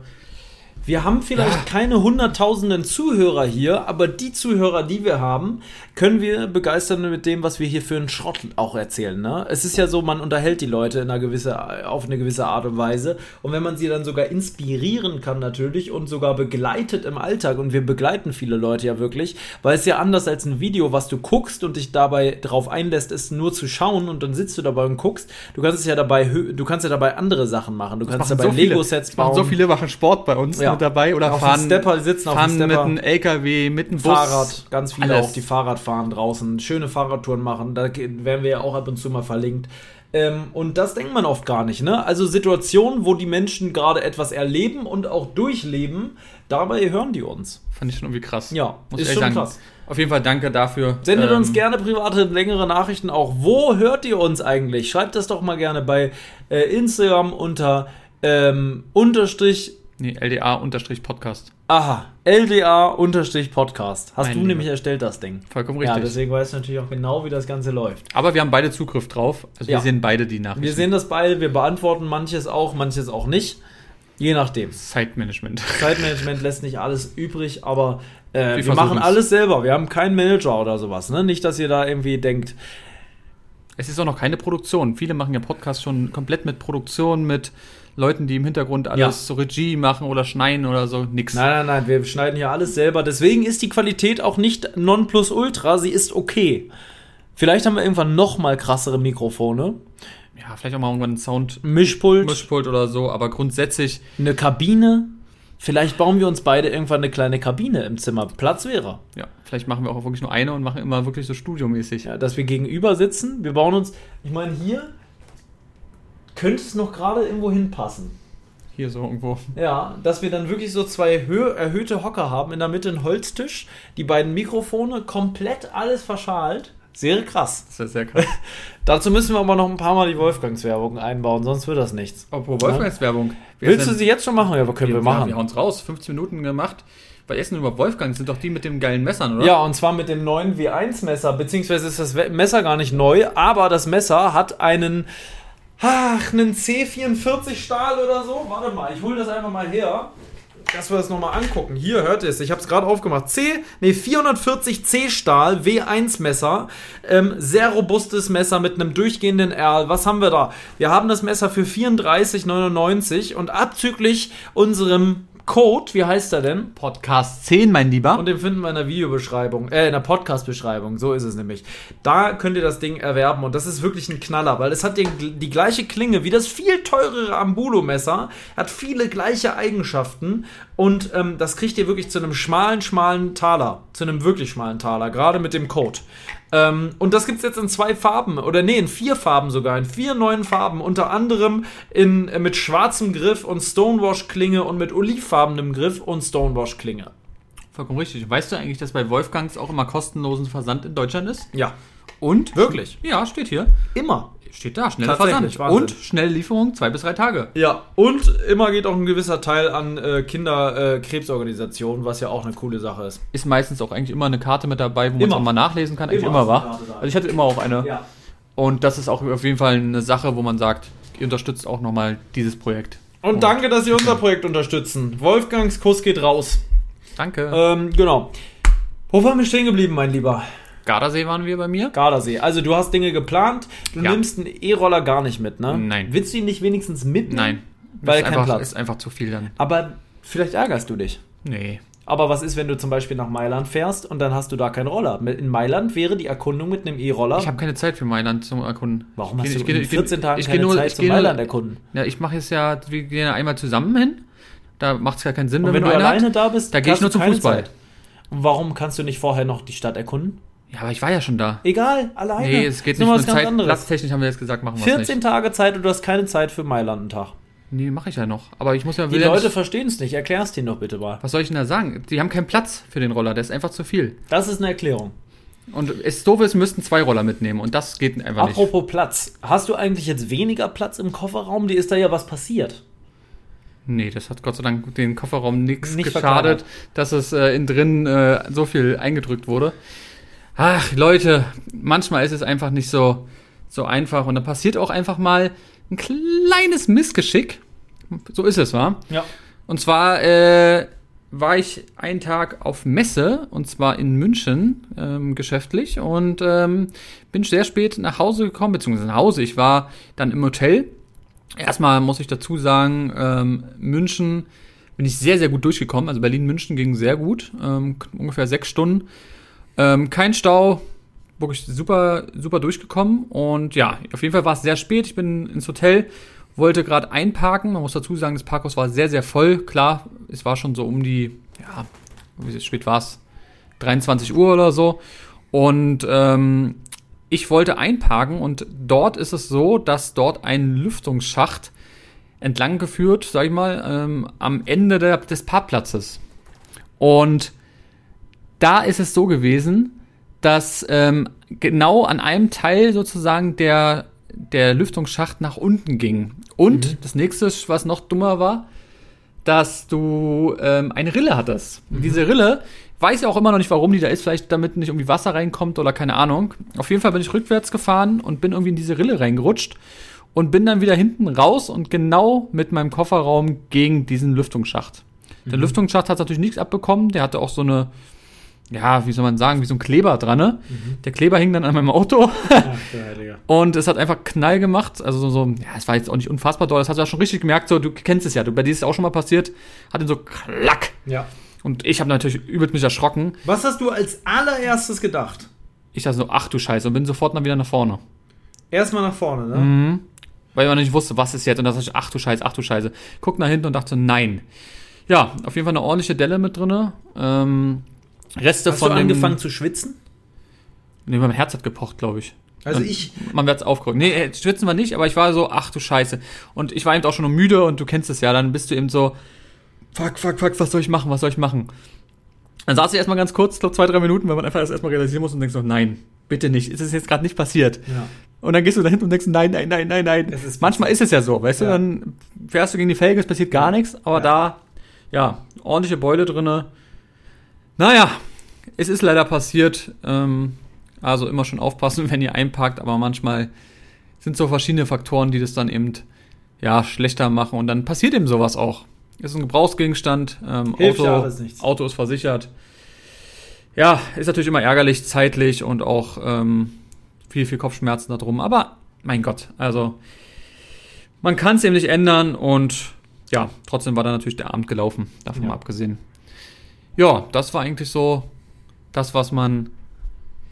A: Wir haben vielleicht keine hunderttausenden Zuhörer hier, aber die Zuhörer, die wir haben, können wir begeistern mit dem, was wir hier für einen Schrott auch erzählen. Ne? Es ist ja so, man unterhält die Leute in einer gewisse, auf eine gewisse Art und Weise. Und wenn man sie dann sogar inspirieren kann natürlich und sogar begleitet im Alltag, und wir begleiten viele Leute ja wirklich, weil es ja anders als ein Video, was du guckst und dich dabei drauf einlässt, es nur zu schauen und dann sitzt du dabei und guckst. Du kannst es ja dabei, hö- du kannst ja dabei andere Sachen machen. Du kannst
B: machen
A: dabei
B: viele.
A: Lego-Sets
B: Das machen
A: bauen.
B: So viele machen Sport bei uns
A: Ja.
B: mit dabei oder
A: Auf dem
B: fahren.
A: Stepper, die sitzen auf dem
B: fahren
A: Stepper.
B: mit einem LKW, mit einem Bus.
A: Fahrrad, ganz viele
B: Alles.
A: auch, die Fahrrad fahren draußen, schöne Fahrradtouren machen, da ge- werden wir ja auch ab und zu mal verlinkt. Ähm, und das denkt man oft gar nicht. Ne? Also Situationen, wo die Menschen gerade etwas erleben und auch durchleben, dabei hören die uns.
B: Fand ich schon irgendwie krass.
A: Ja,
B: muss
A: ist
B: ich
A: schon
B: ehrlich sagen.
A: krass.
B: Auf jeden Fall danke dafür.
A: Sendet
B: Ähm,
A: uns gerne private, längere Nachrichten auch. Wo hört ihr uns eigentlich? Schreibt das doch mal gerne bei äh, Instagram unter ähm, unterstrich,
B: Nee, LDA-Podcast.
A: aha, LDA unterstrich Podcast. Hast
B: Mein
A: du
B: Lieber.
A: nämlich erstellt das Ding.
B: Vollkommen
A: Ja,
B: richtig.
A: deswegen weißt du natürlich auch genau, wie das Ganze läuft.
B: Aber wir haben beide Zugriff drauf. Also
A: Ja.
B: wir sehen beide die Nachrichten.
A: Wir sehen das beide, wir beantworten manches auch, manches auch nicht. Je nachdem.
B: Zeitmanagement.
A: Zeitmanagement lässt nicht alles übrig, aber äh, wir,
B: Wir
A: machen
B: versuchen's.
A: alles selber. Wir haben keinen Manager oder sowas. Ne? Nicht, dass ihr da irgendwie denkt,
B: Es ist auch noch keine Produktion. Viele machen ja Podcasts schon komplett mit Produktion, mit Leuten, die im Hintergrund alles
A: Ja.
B: so Regie machen oder schneiden oder so. Nix.
A: Nein, nein, nein, wir schneiden hier alles selber. Deswegen ist die Qualität auch nicht nonplusultra, sie ist okay. Vielleicht haben wir irgendwann noch mal krassere Mikrofone,
B: Ja, vielleicht auch mal irgendwann ein Sound.
A: Mischpult,
B: Mischpult oder so, aber grundsätzlich
A: eine Kabine. Vielleicht bauen wir uns beide irgendwann eine kleine Kabine im Zimmer. Platz wäre.
B: Ja, vielleicht machen wir auch wirklich nur eine und machen immer wirklich so studiomäßig.
A: Ja, dass wir gegenüber sitzen. Wir bauen uns, ich meine, hier könnte es noch gerade irgendwo hinpassen.
B: Hier so irgendwo.
A: Ja, dass wir dann wirklich so zwei hö- erhöhte Hocker haben. In der Mitte ein Holztisch, die beiden Mikrofone, komplett alles verschalt. Sehr krass.
B: Das wäre sehr krass.
A: Dazu müssen wir aber noch ein paar Mal die Wolfgangswerbung einbauen, sonst wird das nichts.
B: Apropos Wolfgangswerbung. Wir
A: Willst du
B: sind-
A: sie jetzt schon machen? Ja, aber können wir
B: Ja, wir
A: machen.
B: hauen's raus. 15 Minuten gemacht. Bei Essen über Wolfgang Das sind doch die mit dem geilen Messern, oder?
A: Ja, und zwar mit dem neuen W1-Messer, beziehungsweise ist das We- Messer gar nicht neu, aber das Messer hat einen, ach, einen C44-Stahl oder so. Warte mal, ich hole das einfach mal her, dass wir das nochmal angucken. Hier, hört ihr es, ich habe es gerade aufgemacht. C, nee, 440C-Stahl, W1-Messer, ähm, sehr robustes Messer mit einem durchgehenden Erl. Was haben wir da? Wir haben das Messer für 34,99 und abzüglich unserem Code, wie heißt er denn?
B: Podcast 10, mein Lieber.
A: Und den finden wir in der Videobeschreibung, äh, in der Podcast-Beschreibung, so ist es nämlich. Da könnt ihr das Ding erwerben und das ist wirklich ein Knaller, weil es hat den, die gleiche Klinge wie das viel teurere Ambulo-Messer, hat viele gleiche Eigenschaften und ähm, das kriegt ihr wirklich zu einem schmalen, schmalen Taler, zu einem wirklich schmalen Taler, gerade mit dem Code. Ähm, und das gibt's jetzt in zwei Farben, oder nee, in vier Farben sogar, in vier neuen Farben, unter anderem in, äh, mit schwarzem Griff und Stonewash-Klinge und mit olivfarbenem Griff und Stonewash-Klinge.
B: Vollkommen richtig. Weißt du eigentlich, dass bei Wolfgangs auch immer kostenlosen Versand in Deutschland ist?
A: Ja.
B: Und?
A: Wirklich?
B: Ja, steht hier.
A: Immer.
B: Steht da. Schneller
A: Tatsächlich,
B: Versand.
A: Wahnsinn.
B: Und schnelle Lieferung, zwei bis drei Tage.
A: Ja, und immer geht auch ein gewisser Teil an äh, Kinderkrebsorganisationen, was ja auch eine coole Sache ist.
B: Ist meistens auch eigentlich immer eine Karte mit dabei, wo man es
A: Immer.
B: auch mal nachlesen kann. Eigentlich
A: Immer
B: immer,
A: ist eine
B: war.
A: Karte da.
B: Also ich hatte immer auch eine.
A: Ja.
B: Und das ist auch auf jeden Fall eine Sache, wo man sagt, ihr unterstützt auch nochmal dieses Projekt.
A: Und danke, dass Sie unser Projekt unterstützen. Wolfgangs Kuss geht raus.
B: Danke.
A: Ähm, genau. Wo waren wir stehen geblieben, mein Lieber?
B: Gardasee waren wir bei mir.
A: Gardasee. Also du hast Dinge geplant, du
B: Ja.
A: nimmst einen E-Roller gar nicht mit, ne?
B: Nein.
A: Willst du ihn nicht wenigstens mitnehmen?
B: Nein.
A: Weil
B: ist,
A: kein
B: einfach,
A: Platz.
B: ist einfach zu viel dann.
A: Aber vielleicht ärgerst du dich.
B: Nee.
A: Aber was ist, wenn du zum Beispiel nach Mailand fährst und dann hast du da keinen Roller? In Mailand wäre die Erkundung mit einem E-Roller
B: Ich habe keine Zeit für Mailand zum Erkunden.
A: Oh. Warum
B: ich,
A: hast du
B: geh- ich, geh-
A: in
B: ich, geh-
A: 14 Tagen
B: ich geh
A: keine
B: nur,
A: Zeit
B: ich
A: zum
B: geh
A: Mailand
B: nur,
A: erkunden?
B: Ja, ich mache es ja, wir gehen ja einmal zusammen hin. Da macht es gar keinen Sinn,
A: Und wenn du
B: nur einer
A: alleine
B: hat.
A: da bist,
B: da gehe ich
A: hast
B: nur
A: du
B: zum
A: keine
B: Fußball.
A: Zeit. Und warum kannst du nicht vorher noch die Stadt erkunden?
B: Ja, aber ich war ja schon da.
A: Egal, alleine.
B: Nee, es geht
A: Ist
B: nicht
A: nochmal
B: halt nur
A: was ganz
B: Zeit.
A: anderes.
B: Platztechnisch haben wir jetzt gesagt, machen wir es
A: 14
B: nicht.
A: Tage Zeit und du hast keine Zeit für Mailand einen Tag.
B: Nee, mache ich ja noch. Aber ich muss ja
A: Die
B: will ja
A: Leute
B: nicht-
A: verstehen es nicht. Erklär es denen doch bitte mal.
B: Was soll ich denn da sagen? Die haben keinen Platz für den Roller, der ist einfach zu viel.
A: Das ist eine Erklärung.
B: Und es doof ist, müssten zwei Roller mitnehmen und das geht einfach nicht.
A: Apropos Platz. Hast du eigentlich jetzt weniger Platz im Kofferraum? Dir ist da ja was passiert.
B: Nee, das hat Gott sei Dank den Kofferraum nichts
A: Nicht
B: geschadet, dass es äh, innen drin äh, so viel eingedrückt wurde. Ach, Leute, manchmal ist es einfach nicht so, so einfach und da passiert auch einfach mal ein kleines Missgeschick. So ist es, wa?
A: Ja.
B: Und zwar äh, war ich einen Tag auf Messe und zwar in München ähm, geschäftlich und ähm, bin sehr spät nach Hause gekommen, beziehungsweise nach Hause. Ich war dann im Hotel. Erstmal muss ich dazu sagen, ähm, München bin ich sehr, sehr gut durchgekommen. Also Berlin-München ging sehr gut, ähm, ungefähr sechs Stunden. Ähm, kein Stau, wirklich super, super durchgekommen. Und ja, auf jeden Fall war es sehr spät. Ich bin ins Hotel, wollte gerade einparken. Man muss dazu sagen, das Parkhaus war sehr, sehr voll. Klar, es war schon so um die, ja, wie spät war es? 23 Uhr oder so. Und ähm, ich wollte einparken und dort ist es so, dass dort ein Lüftungsschacht entlang geführt, sag ich mal, ähm, am Ende der, des Parkplatzes. Und da ist es so gewesen, dass ähm, genau an einem Teil sozusagen der, der Lüftungsschacht nach unten ging. Und das nächste, was noch dummer war, dass du ähm, eine Rille hattest. Und Diese Rille, weiß ja auch immer noch nicht, warum die da ist, vielleicht damit nicht irgendwie Wasser reinkommt oder keine Ahnung. Auf jeden Fall bin ich rückwärts gefahren und bin irgendwie in diese Rille reingerutscht und bin dann wieder hinten raus und genau mit meinem Kofferraum gegen diesen Lüftungsschacht. Der Lüftungsschacht hat natürlich nichts abbekommen, der hatte auch so eine, ja, wie soll man sagen, wie so ein Kleber dran, ne?
A: Mhm.
B: Der Kleber hing dann an meinem Auto.
A: Ach, der Heiliger.
B: Und es hat einfach Knall gemacht. Also so, so ja, es war jetzt auch nicht unfassbar doll. Das hast du ja schon richtig gemerkt. So, du kennst es ja. Du, bei dir ist es auch schon mal passiert. Hat dann so klack.
A: Ja.
B: Und ich habe natürlich übelst mich erschrocken.
A: Was hast du als allererstes gedacht?
B: Ich dachte so, ach du Scheiße, und bin sofort dann wieder nach vorne.
A: Erstmal nach vorne, ne?
B: Mhm. Weil man nicht wusste, was ist jetzt. Und dann dachte ich, ach du Scheiße, ach du Scheiße. Guck nach hinten und dachte, nein. Ja, auf jeden Fall eine ordentliche Delle mit drinne. Ähm, Reste
A: Hast
B: von
A: du
B: dem-
A: angefangen zu schwitzen?
B: Nee, mein Herz hat gepocht, glaube ich.
A: Also
B: Und
A: ich-
B: Man wird's aufgerückt. Nee, äh, schwitzen wir nicht, aber ich war so, ach du Scheiße. Und ich war eben auch schon müde und du kennst es ja, dann bist du eben so, fuck, fuck, fuck, was soll ich machen, was soll ich machen? Dann saß ich erstmal ganz kurz, glaube zwei, drei Minuten, weil man einfach das erstmal realisieren muss und denkst so, nein, bitte nicht, es ist jetzt gerade nicht passiert.
A: Ja.
B: Und dann gehst du da hin und denkst, nein, nein, nein, nein, nein.
A: Es ist-
B: Manchmal ist es ja so, weißt du,
A: Ja.
B: dann fährst du gegen die Felge, es passiert gar nichts, aber
A: Ja.
B: da, ja, ordentliche Beule drinne. Naja, es ist leider passiert. Ähm, also immer schon aufpassen, wenn ihr einparkt, aber manchmal sind so verschiedene Faktoren, die das dann eben, ja, schlechter machen und dann passiert eben sowas auch. Ist ein Gebrauchsgegenstand, ähm,
A: Hilft ja
B: Auto,
A: alles nichts.
B: Auto ist versichert. Ja, ist natürlich immer ärgerlich, zeitlich und auch ähm, viel, viel Kopfschmerzen da drum. Aber mein Gott, also man kann es eben nicht ändern und ja, trotzdem war da natürlich der Abend gelaufen, davon
A: Ja.
B: mal abgesehen. Ja, das war eigentlich so das, was man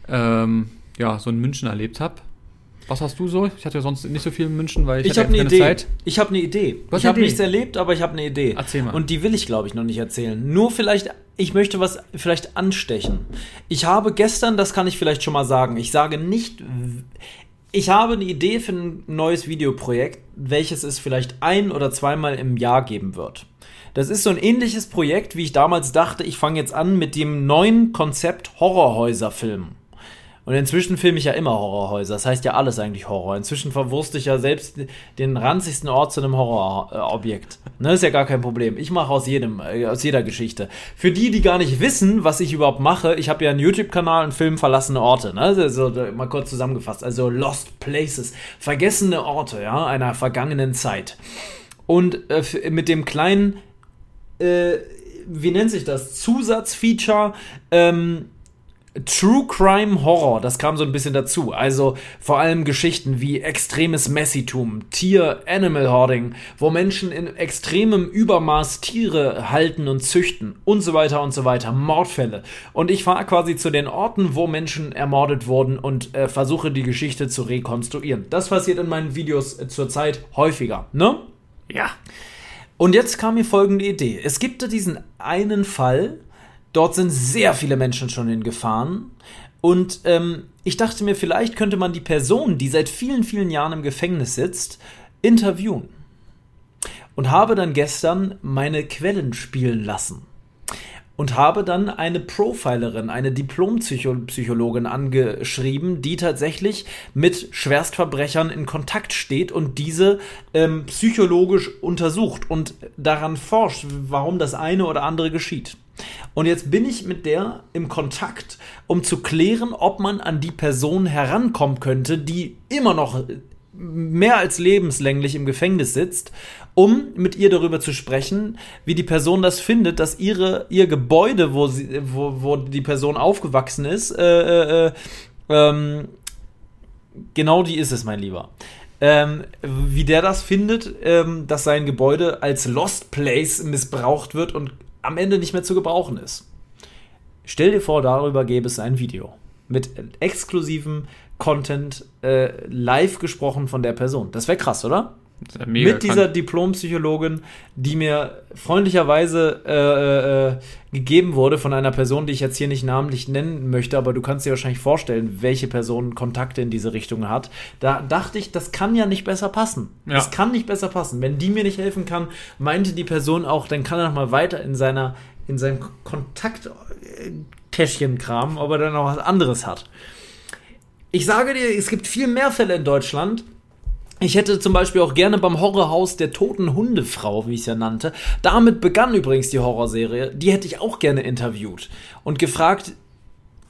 B: ähm, ja so in München erlebt hat. Was hast du so? Ich hatte sonst nicht so viel in München, weil ich,
A: Ich, habe
B: einfach
A: eine
B: keine
A: Idee.
B: Zeit.
A: Ich habe eine Idee.
B: hast
A: ich
B: eine
A: habe
B: Idee?
A: nichts erlebt, aber ich habe eine Idee.
B: Erzähl mal.
A: Und die will ich, glaube ich, noch nicht erzählen. Nur vielleicht, ich möchte was vielleicht anstechen. Ich habe gestern, das kann ich vielleicht schon mal sagen, ich sage nicht, w- ich habe eine Idee für ein neues Videoprojekt, welches es vielleicht ein oder zweimal im Jahr geben wird. Das ist so ein ähnliches Projekt, wie ich damals dachte, ich fange jetzt an mit dem neuen Konzept Horrorhäuser-Filmen. Und inzwischen filme ich ja immer Horrorhäuser. Das heißt ja alles eigentlich Horror. Inzwischen verwurste ich ja selbst den ranzigsten Ort zu einem Horrorobjekt. Ne, ist ja gar kein Problem. Ich mache aus jedem, äh, aus jeder Geschichte. Für die, die gar nicht wissen, was ich überhaupt mache, ich habe ja einen YouTube-Kanal und Film verlassene Orte. Ne, so, so, mal kurz zusammengefasst. Also Lost Places, vergessene Orte, ja, einer vergangenen Zeit. Und äh, f- mit dem kleinen, äh, wie nennt sich das? Zusatzfeature. Ähm, True Crime Horror, das kam so ein bisschen dazu. Also vor allem Geschichten wie extremes Messitum, Tier Animal Hoarding, wo Menschen in extremem Übermaß Tiere halten und züchten und so weiter und so weiter, Mordfälle. Und ich fahre quasi zu den Orten, wo Menschen ermordet wurden und äh, versuche die Geschichte zu rekonstruieren. Das passiert in meinen Videos äh, zurzeit häufiger, ne?
B: Ja.
A: Und jetzt kam mir folgende Idee. Es gibt da diesen einen Fall, dort sind sehr viele Menschen schon hingefahren. Und ähm, ich dachte mir, vielleicht könnte man die Person, die seit vielen, vielen Jahren im Gefängnis sitzt, interviewen. Und habe dann gestern meine Quellen spielen lassen und habe dann eine Profilerin, eine Diplompsychologin angeschrieben, die tatsächlich mit Schwerstverbrechern in Kontakt steht und diese ähm, psychologisch untersucht und daran forscht, warum das eine oder andere geschieht. Und jetzt bin ich mit der im Kontakt, um zu klären, ob man an die Person herankommen könnte, die immer noch mehr als lebenslänglich im Gefängnis sitzt, um mit ihr darüber zu sprechen, wie die Person das findet, dass ihre, ihr Gebäude, wo, sie, wo, wo die Person aufgewachsen ist, äh, äh, äh, ähm, genau die ist es, mein Lieber. Ähm, wie der das findet, ähm, dass sein Gebäude als Lost Place missbraucht wird und am Ende nicht mehr zu gebrauchen ist. Stell dir vor, darüber gäbe es ein Video. Mit exklusivem Content äh, live gesprochen von der Person. Das wäre krass, oder?
B: Das ist ja mega
A: mit dieser Diplompsychologin, die mir freundlicherweise äh, äh, gegeben wurde von einer Person, die ich jetzt hier nicht namentlich nennen möchte, aber du kannst dir wahrscheinlich vorstellen, welche Person Kontakte in diese Richtung hat. Da dachte ich, das kann ja nicht besser passen.
B: Ja.
A: Das kann nicht besser passen. Wenn die mir nicht helfen kann, meinte die Person auch, dann kann er noch mal weiter in seiner in seinem Kontakttäschchen kramen, ob er dann noch was anderes hat. Ich sage dir, es gibt viel mehr Fälle in Deutschland, ich hätte zum Beispiel auch gerne beim Horrorhaus der toten Hundefrau, wie ich es ja nannte. Damit begann übrigens die Horrorserie. Die hätte ich auch gerne interviewt und gefragt,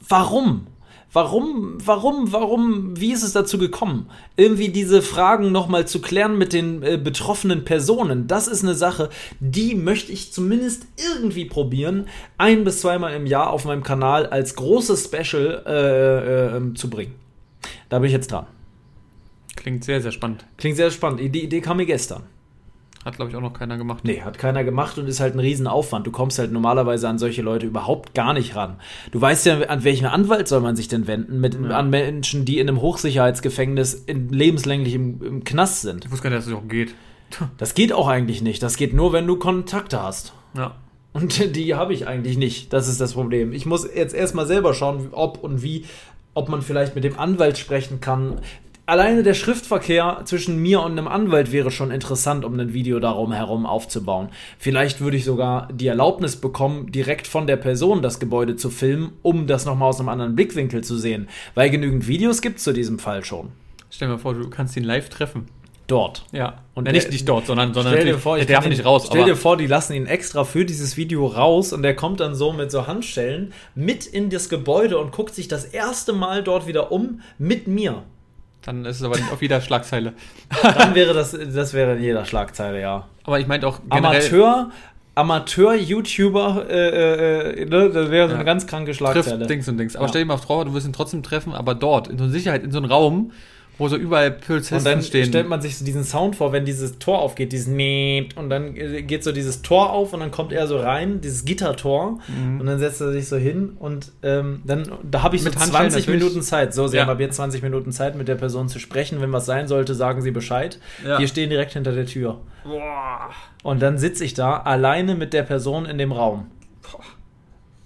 A: warum? Warum, warum, warum, wie ist es dazu gekommen? Irgendwie diese Fragen nochmal zu klären mit den äh, betroffenen Personen, das ist eine Sache, die möchte ich zumindest irgendwie probieren, ein bis zweimal im Jahr auf meinem Kanal als großes Special äh, äh, ähm, zu bringen. Da bin ich jetzt dran.
B: Klingt sehr, sehr spannend.
A: Klingt sehr spannend. Die Idee kam mir gestern.
B: Hat, glaube ich, auch noch keiner gemacht.
A: Nee, hat keiner gemacht und ist halt ein Riesenaufwand. Du kommst halt normalerweise an solche Leute überhaupt gar nicht ran. Du weißt ja, an welchen Anwalt soll man sich denn wenden? Mit, An Menschen, die in einem Hochsicherheitsgefängnis in, lebenslänglich im, im Knast sind.
B: Ich wusste gar nicht, dass es auch geht.
A: Das geht auch eigentlich nicht. Das geht nur, wenn du Kontakte hast.
B: Ja.
A: Und die habe ich eigentlich nicht. Das ist das Problem. Ich muss jetzt erstmal selber schauen, ob und wie, ob man vielleicht mit dem Anwalt sprechen kann. Alleine der Schriftverkehr zwischen mir und einem Anwalt wäre schon interessant, um ein Video darum herum aufzubauen. Vielleicht würde ich sogar die Erlaubnis bekommen, direkt von der Person das Gebäude zu filmen, um das nochmal aus einem anderen Blickwinkel zu sehen. Weil genügend Videos gibt es zu diesem Fall schon.
B: Stell dir mal vor, du kannst ihn live treffen.
A: Dort.
B: Ja.
A: Und
B: Und
A: der-
B: nicht, nicht dort, sondern, sondern
A: Stell dir
B: natürlich- äh,
A: vor,
B: der darf
A: kann
B: nicht
A: ihn-
B: raus.
A: Stell
B: aber
A: dir vor, die lassen ihn extra für dieses Video raus und der kommt dann so mit so Handschellen mit in das Gebäude und guckt sich das erste Mal dort wieder um mit mir.
B: dann ist es aber nicht auf jeder Schlagzeile.
A: Dann wäre das, das wäre in jeder Schlagzeile, ja.
B: Aber ich meinte auch generell,
A: Amateur, Amateur-YouTuber, äh, äh, äh, ne, das wäre so eine
B: Ja.
A: ganz kranke Schlagzeile.
B: trifft Dings und Dings. Aber
A: Ja.
B: stell dir mal vor, du wirst ihn trotzdem treffen, aber dort, in so einer Sicherheit, in so einem Raum, wo so überall
A: Und dann
B: Polizisten stehen.
A: stellt man sich so diesen Sound vor, wenn dieses Tor aufgeht, dieses Meep, und dann äh, geht so dieses Tor auf und dann kommt er so rein, dieses Gittertor, und dann setzt er sich so hin und ähm, dann da habe ich so
B: Mhm. Mit Handschellen
A: 20
B: natürlich.
A: Minuten Zeit. So, Sie
B: Ja.
A: haben ab jetzt 20 Minuten Zeit, mit der Person zu sprechen. Wenn was sein sollte, sagen Sie Bescheid.
B: Ja.
A: Wir stehen direkt hinter der Tür.
B: Boah.
A: Und dann sitze ich da alleine mit der Person in dem Raum.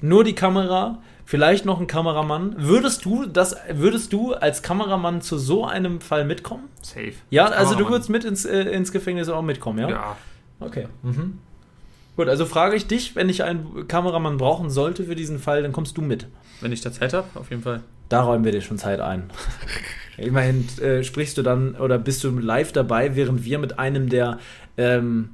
A: Nur die Kamera, vielleicht noch ein Kameramann. Würdest du das, würdest du als Kameramann zu so einem Fall mitkommen?
B: Safe.
A: Ja,
B: Das
A: also
B: kann
A: du
B: man
A: würdest mit ins, äh, ins Gefängnis auch mitkommen, ja?
B: machen. Ja.
A: Okay. Mhm. Gut, also frage ich dich, wenn ich einen Kameramann brauchen sollte für diesen Fall, dann kommst du mit.
B: Wenn ich da Zeit habe, auf jeden Fall.
A: Da räumen wir dir schon Zeit ein. Immerhin äh, sprichst du dann oder bist du live dabei, während wir mit einem der, ähm,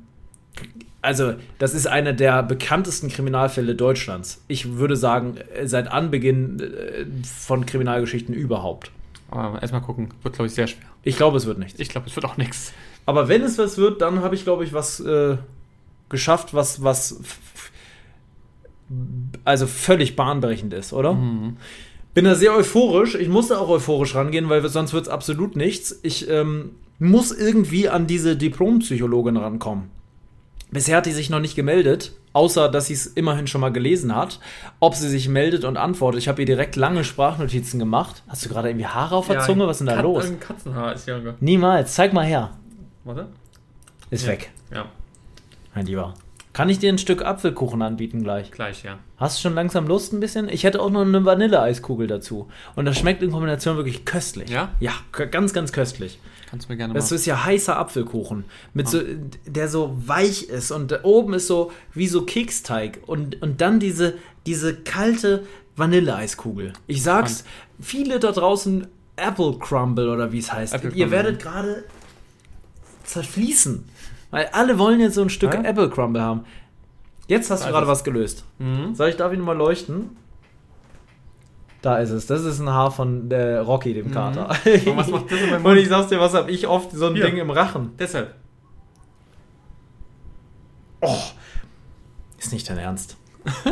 A: also das ist einer der bekanntesten Kriminalfälle Deutschlands. Ich würde sagen, äh, seit Anbeginn äh, von Kriminalgeschichten überhaupt.
B: Aber erstmal gucken. Wird, glaube ich, sehr schwer.
A: Ich glaube, es wird nichts.
B: Ich glaube, es wird auch nichts.
A: Aber wenn es was wird, dann habe ich, glaube ich, was äh, geschafft, was, was f- f- also völlig bahnbrechend ist, oder? Bin da sehr euphorisch. Ich muss da auch euphorisch rangehen, weil sonst wird es absolut nichts. Ich ähm, muss irgendwie an diese Diplompsychologin rankommen. Bisher hat die sich noch nicht gemeldet, außer dass sie es immerhin schon mal gelesen hat. Ob sie sich meldet und antwortet. Ich habe ihr direkt lange Sprachnotizen gemacht. Hast du gerade irgendwie Haare auf der Zunge? Was ist denn da
B: Kat-
A: los?
B: Ein Katzenhaar ist hier. ange-
A: Niemals. Zeig mal her.
B: Warte.
A: Ist
B: Ja.
A: weg.
B: Ja,
A: Mein Lieber. Kann ich dir ein Stück Apfelkuchen anbieten gleich?
B: gleich, ja.
A: Hast du schon langsam Lust ein bisschen? Ich hätte auch noch eine Vanilleeiskugel dazu. Und das schmeckt in Kombination wirklich köstlich.
B: Ja?
A: Ja, k- ganz, ganz köstlich.
B: Kannst du mir gerne
A: Das
B: mal.
A: ist ja heißer Apfelkuchen, mit so, der so weich ist und da oben ist so wie so Keksteig und, und dann diese, diese kalte Vanilleeiskugel. Ich sag's, viele da draußen Apple Crumble oder wie es heißt,
B: Apple
A: ihr
B: Crumble,
A: werdet gerade zerfließen, weil alle wollen jetzt so ein Stück
B: Hä?
A: Apple Crumble haben. Jetzt hast du
B: ist
A: gerade
B: es.
A: was gelöst.
B: Mhm.
A: Soll ich, darf ich nochmal leuchten? Da ist es. Das ist ein Haar von äh, Rocky, dem Kater.
B: Mhm. Und was macht das in meinem
A: Und ich sag's dir, was hab ich oft so ein
B: Hier.
A: Ding im Rachen?
B: Deshalb.
A: Ist nicht dein Ernst.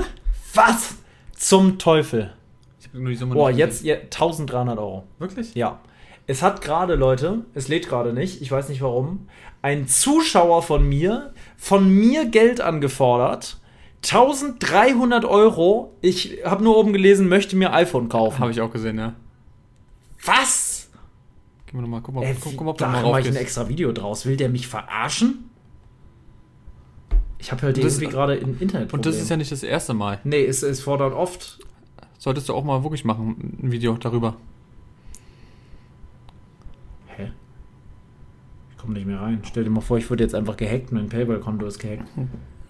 A: was? Zum Teufel.
B: Ich habe nur die Summe.
A: Boah,
B: nicht
A: jetzt ja, 1300 Euro.
B: gesehen. Wirklich?
A: Ja. Es hat gerade, Leute, es lädt gerade nicht, ich weiß nicht warum, ein Zuschauer von mir, von mir Geld angefordert. 1300 Euro. Ich habe nur oben gelesen, möchte mir iPhone kaufen.
B: Habe ich auch gesehen, ja.
A: Was?
B: Gehen wir nochmal, guck mal,
A: Ey,
B: guck, guck mal, ob du
A: da
B: nochmal
A: mache ich ein
B: raufgehst.
A: extra Video draus. Will der mich verarschen? Ich habe halt
B: Und das-
A: irgendwie gerade ein Internetproblem.
B: Und das ist ja nicht das erste Mal.
A: nee, es, es fordert oft.
B: Solltest du auch mal wirklich machen, ein Video darüber.
A: Hä? Ich komme nicht mehr rein. Stell dir mal vor, ich wurde jetzt einfach gehackt. Mein PayPal-Konto ist gehackt.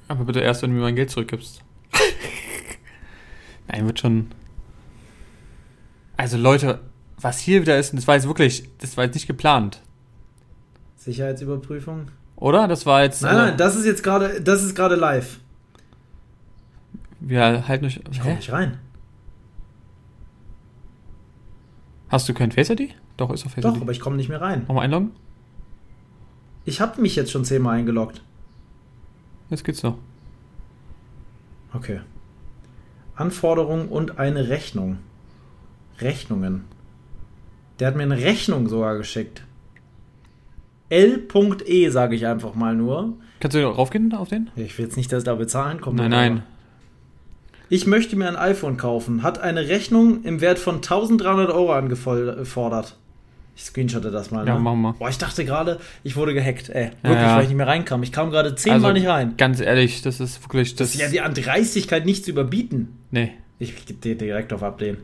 B: Aber bitte erst, wenn du mir mein Geld zurückgibst. Nein, wird schon. Also Leute, was hier wieder ist, das war jetzt wirklich, das war jetzt nicht geplant,
A: Sicherheitsüberprüfung?
B: oder? Das war jetzt.
A: Nein,
B: äh,
A: nein, das ist jetzt gerade, das ist gerade live.
B: wir halten euch.
A: Ich komme
B: Hä?
A: nicht rein.
B: Hast du kein Face ID? Doch, ist auf Face
A: Doch,
B: ID.
A: aber ich komme nicht mehr rein.
B: Nochmal einloggen?
A: Ich habe mich jetzt schon zehnmal eingeloggt.
B: Jetzt geht's noch.
A: Okay. Anforderung und eine Rechnung. Rechnungen. Der hat mir eine Rechnung sogar geschickt. L.E. sage ich einfach mal nur.
B: Kannst du da raufgehen auf den?
A: Ich will jetzt nicht, dass da bezahlen kommt.
B: Nein,
A: aber-
B: nein.
A: Ich möchte mir ein iPhone kaufen. Hat eine Rechnung im Wert von 1300 Euro angefordert. Ich screenshotte das mal.
B: Ja,
A: ne?
B: machen wir.
A: Boah, ich dachte gerade, ich wurde gehackt. Ey, wirklich,
B: Ja, ja.
A: weil ich nicht mehr reinkam. Ich kam gerade zehnmal nicht rein.
B: Also, Ganz ehrlich, das ist wirklich das.
A: Das ist ja die an Dreistigkeit nicht zu überbieten.
B: nee.
A: Ich gehe direkt auf Ablehnen.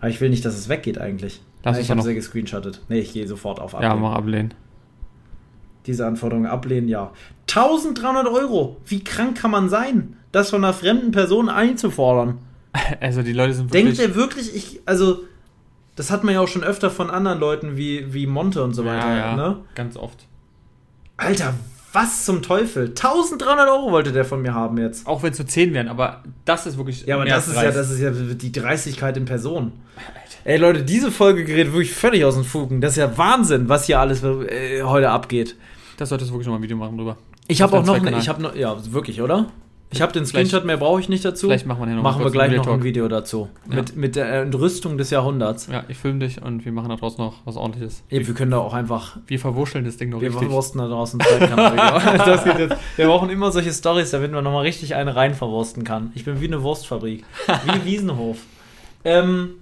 A: Aber ich will nicht, dass es weggeht eigentlich.
B: Lass
A: Nein,
B: es
A: ich
B: doch
A: habe
B: noch.
A: sie gescreenshottet. Nee, ich gehe sofort auf
B: Ja,
A: Ablehnen.
B: mach ablehnen.
A: Diese Anforderung ablehnen, ja. 1300 Euro! Wie krank kann man sein, das von einer fremden Person einzufordern?
B: Also die Leute sind wirklich.
A: Denkt er wirklich, ich, also, das hat man ja auch schon öfter von anderen Leuten wie, wie Monte und so weiter,
B: ja, ja,
A: ne?
B: ganz oft.
A: Alter, was zum Teufel? 1300 Euro wollte der von mir haben jetzt.
B: Auch wenn es nur 10 wären, aber das ist wirklich.
A: Ja, aber
B: mehr
A: das ist
B: als
A: ja,
B: 30.
A: das ist ja die Dreistigkeit in Person. Ey Leute, diese Folge gerät wirklich völlig aus den Fugen. Das ist ja Wahnsinn, was hier alles äh, heute abgeht.
B: Das solltest du wirklich nochmal ein Video machen drüber.
A: Ich habe
B: Auf
A: auch
B: deinem
A: noch, ne,
B: Zweitkanal.
A: ich habe noch, ja wirklich, oder? Ich habe den
B: Vielleicht-
A: Screenshot, mehr brauche ich nicht dazu.
B: Vielleicht machen wir hier noch mal
A: machen wir
B: kurz
A: gleich
B: einen
A: noch ein
B: Real-Talk.
A: Video dazu
B: Ja.
A: mit mit der Entrüstung des Jahrhunderts.
B: Ja, ich filme dich und wir machen da draußen noch was ordentliches.
A: Ey, wir können da auch einfach
B: Wir verwurscheln das Ding noch
A: wir
B: Genau, richtig.
A: verwursten da draußen ein Zweitkanal-Video. Das geht jetzt. Wir brauchen immer solche Stories, damit man nochmal richtig eine rein verwursten kann. Ich bin wie eine Wurstfabrik. Wie Wiesenhof. Ähm,